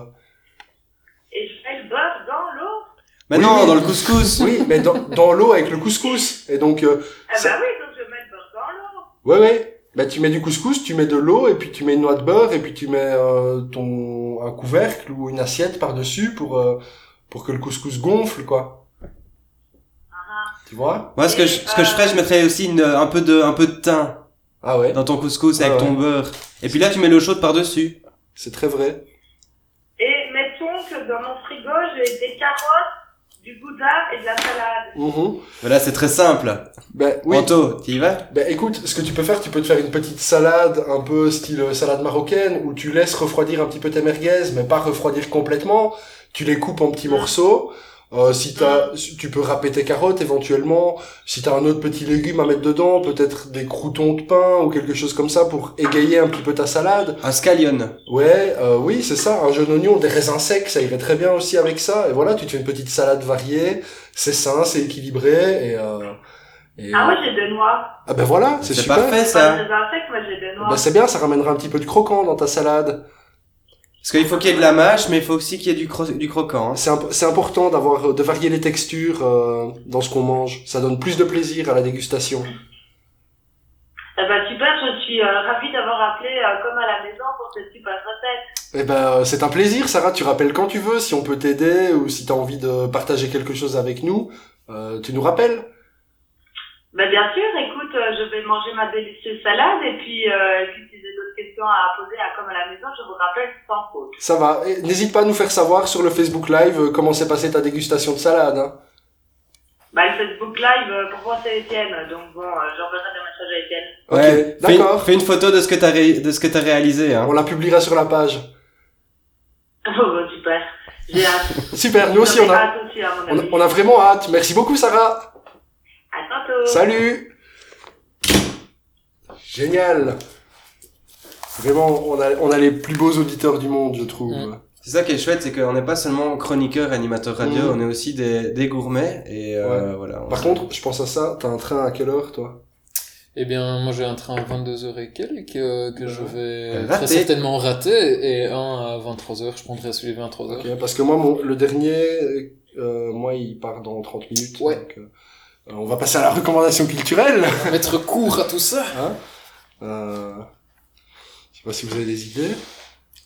D: Et je mets le beurre dans l'eau.
C: Mais
A: Oui,
C: non,
A: oui.
C: dans le couscous
A: Oui, mais dans, dans l'eau avec le couscous. Et donc... euh,
D: Ah
A: Ça-
D: bah oui, donc je mets le beurre dans l'eau.
A: Ouais, ouais. Bah, tu mets du couscous, tu mets de l'eau, et puis tu mets une noix de beurre, et puis tu mets euh, ton un couvercle ou une assiette par-dessus pour euh, pour que le couscous gonfle, quoi. Tu vois
C: Moi, ce que je, ce que je ferais, je mettrais aussi une, un, peu de, un peu de thym
A: Ah ouais,
C: dans ton couscous avec
A: Ah ouais.
C: ton beurre. Et puis là, tu mets l'eau chaude par-dessus.
A: c'est très vrai.
D: Et mettons que dans mon frigo, j'ai des carottes, du gouda et de la salade.
A: Mhm.
C: Voilà, c'est très simple.
A: Bah oui.
C: Anto, tu y vas
A: Bah écoute, ce que tu peux faire, tu peux te faire une petite salade un peu style euh, salade marocaine où tu laisses refroidir un petit peu tes merguez, mais pas refroidir complètement. Tu les coupes en petits morceaux. Euh, si t'as, si- tu peux râper tes carottes éventuellement. Si t'as un autre petit légume à mettre dedans, peut-être des croutons de pain ou quelque chose comme ça pour égayer un petit peu ta salade.
C: Un scallion.
A: Ouais, euh, oui, c'est ça, un jeune oignon, des raisins secs, ça irait très bien aussi avec ça. Et voilà, tu te fais une petite salade variée. C'est sain, c'est équilibré et. Euh, et
D: Ah ouais, j'ai des noix.
A: ah ben voilà, c'est
C: C'est
A: super.
C: parfait,
D: Pas
C: ça.
D: des insectes, moi j'ai des noix.
A: Bah c'est bien, ça ramènera un petit peu de croquant dans ta salade.
C: Parce qu'il faut qu'il y ait de la mâche, mais il faut aussi qu'il y ait du, cro- du croquant. hein.
A: C'est imp- c'est important d'avoir euh, de varier les textures euh, dans ce qu'on mange. Ça donne plus de plaisir à la dégustation.
D: Eh ben super, je suis euh, ravie d'avoir appelé euh, comme à la maison pour cette super recette.
A: Eh ben c'est un plaisir, Sarah. Tu rappelles quand tu veux, si on peut t'aider ou si t'as envie de partager quelque chose avec nous, euh, tu nous rappelles.
D: Bah bien sûr, écoute, euh, je vais manger ma délicieuse salade et puis, euh, et puis si j'ai d'autres questions à poser à comme à la maison, je vous rappelle sans faute.
A: Ça va. Et N'hésite pas à nous faire savoir sur le Facebook Live euh, comment s'est passée ta dégustation de salade. hein.
D: Bah le Facebook Live, euh, pour moi c'est Étienne, donc bon, euh, j'enverrai des messages à Étienne.
A: Ok,
C: Ouais. Fais une-
A: d'accord.
C: Fais une photo de ce que t'as ré- de ce que t'as réalisé. Hein.
A: On la publiera sur la page.
D: Oh, bah, super. J'ai hâte.
A: Super, nous aussi on a,
D: hâte aussi, à mon
A: on a,
D: avis.
A: on a vraiment hâte. Merci beaucoup Sarah.
D: À tantôt.
A: Salut. Génial. Vraiment, on a, on a les plus beaux auditeurs du monde, je trouve.
B: Mm.
C: C'est ça qui est chouette, c'est qu'on n'est pas seulement chroniqueur, animateur radio,
A: Mhm.
C: on est aussi des, des gourmets. Et euh, voilà. on-
A: Par contre, je pense à ça, t'as un train à quelle heure, toi
B: Eh bien, moi j'ai un train à 22h et quelques euh, que je vais
C: Raté.
B: très certainement rater et un à 23h, je prendrai celui de 23h.
A: Ok, Parce que moi, mon, le dernier, euh, moi, il part dans 30 minutes.
B: Ouais.
A: donc, euh, euh, on va passer à la recommandation culturelle.
B: Mettre court à tout ça
A: Hein euh, je sais pas si vous avez des idées.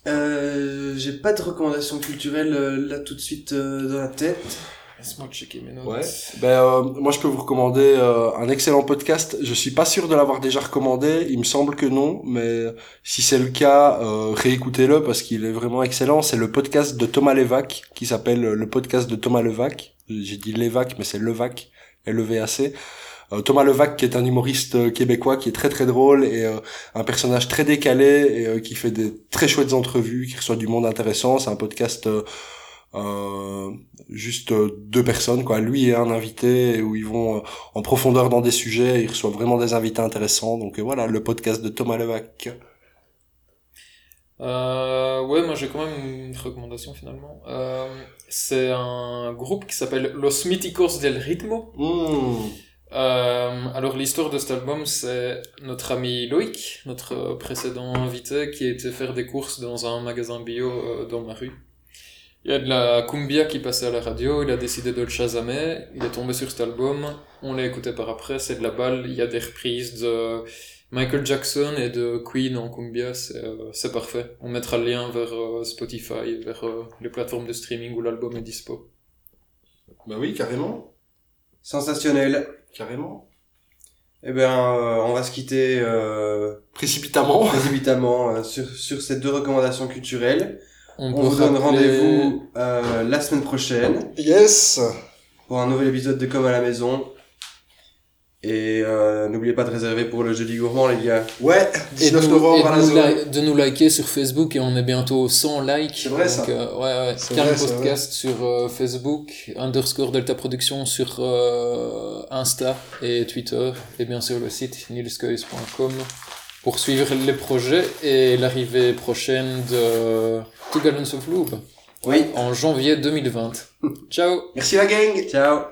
C: Euh, j'ai pas de recommandation culturelle euh, là tout de suite euh, dans la tête.
B: Laisse-moi checker mes notes.
A: Ouais. Ben, euh, moi, je peux vous recommander euh, un excellent podcast. Je suis pas sûr de l'avoir déjà recommandé. Il me semble que non, mais si c'est le cas, euh, réécoutez-le parce qu'il est vraiment excellent. C'est le podcast de Thomas Levac qui s'appelle euh, le podcast de Thomas Levac. J'ai dit Levac, mais c'est E Levac, L-E-V-A-C. Euh, Thomas Levac qui est un humoriste euh, québécois qui est très très drôle et euh, un personnage très décalé et euh, qui fait des très chouettes entrevues, qui reçoit du monde intéressant. C'est un podcast euh, euh, juste euh, deux personnes quoi lui et un invité et où ils vont euh, en profondeur dans des sujets ils reçoivent vraiment des invités intéressants donc euh, voilà le podcast de Thomas Levac
B: Euh, ouais, moi j'ai quand même une recommandation finalement. Euh, c'est un groupe qui s'appelle Los Míticos del Ritmo.
A: Mmh.
B: Euh, alors l'histoire de cet album, c'est notre ami Loïc, notre euh, précédent invité, qui était faire des courses dans un magasin bio euh, dans ma rue. Il y a de la cumbia qui passait à la radio, il a décidé de le chasamer, il est tombé sur cet album, on l'a écouté par après, c'est de la balle, il y a des reprises de Michael Jackson et de Queen en cumbia, c'est euh, c'est parfait. On mettra le lien vers euh, Spotify, vers euh, les plateformes de streaming où l'album est dispo.
A: bah oui carrément
C: Sensationnel.
A: carrément
C: Eh ben, euh, on va se quitter euh,
A: précipitamment
C: précipitamment euh, sur, sur ces deux recommandations culturelles. On,
B: peut
C: vous donne
B: rappeler-
C: rendez-vous euh, la semaine prochaine
A: yes
C: pour un nouvel épisode de Comme à la maison. Et euh, n'oubliez pas de réserver pour le jeudi gourmand, les gars.
A: ouais
B: Et de
A: 19
B: nous, et
A: novembre
B: de
A: à la
B: nous
A: zone
B: li- de nous liker sur Facebook et on est bientôt 100 likes.
C: C'est vrai, ça.
B: Donc, euh, ouais, ouais.
A: C'est
B: Calme
A: vrai, c'est
B: Podcast sur euh, Facebook, underscore Delta Production sur euh, Insta et Twitter, et bien sûr le site nilscoys.com pour suivre les projets et l'arrivée prochaine de Two Gallons of Loop
C: Oui.
B: en janvier 2020. Ciao!
A: merci la gang
C: Ciao.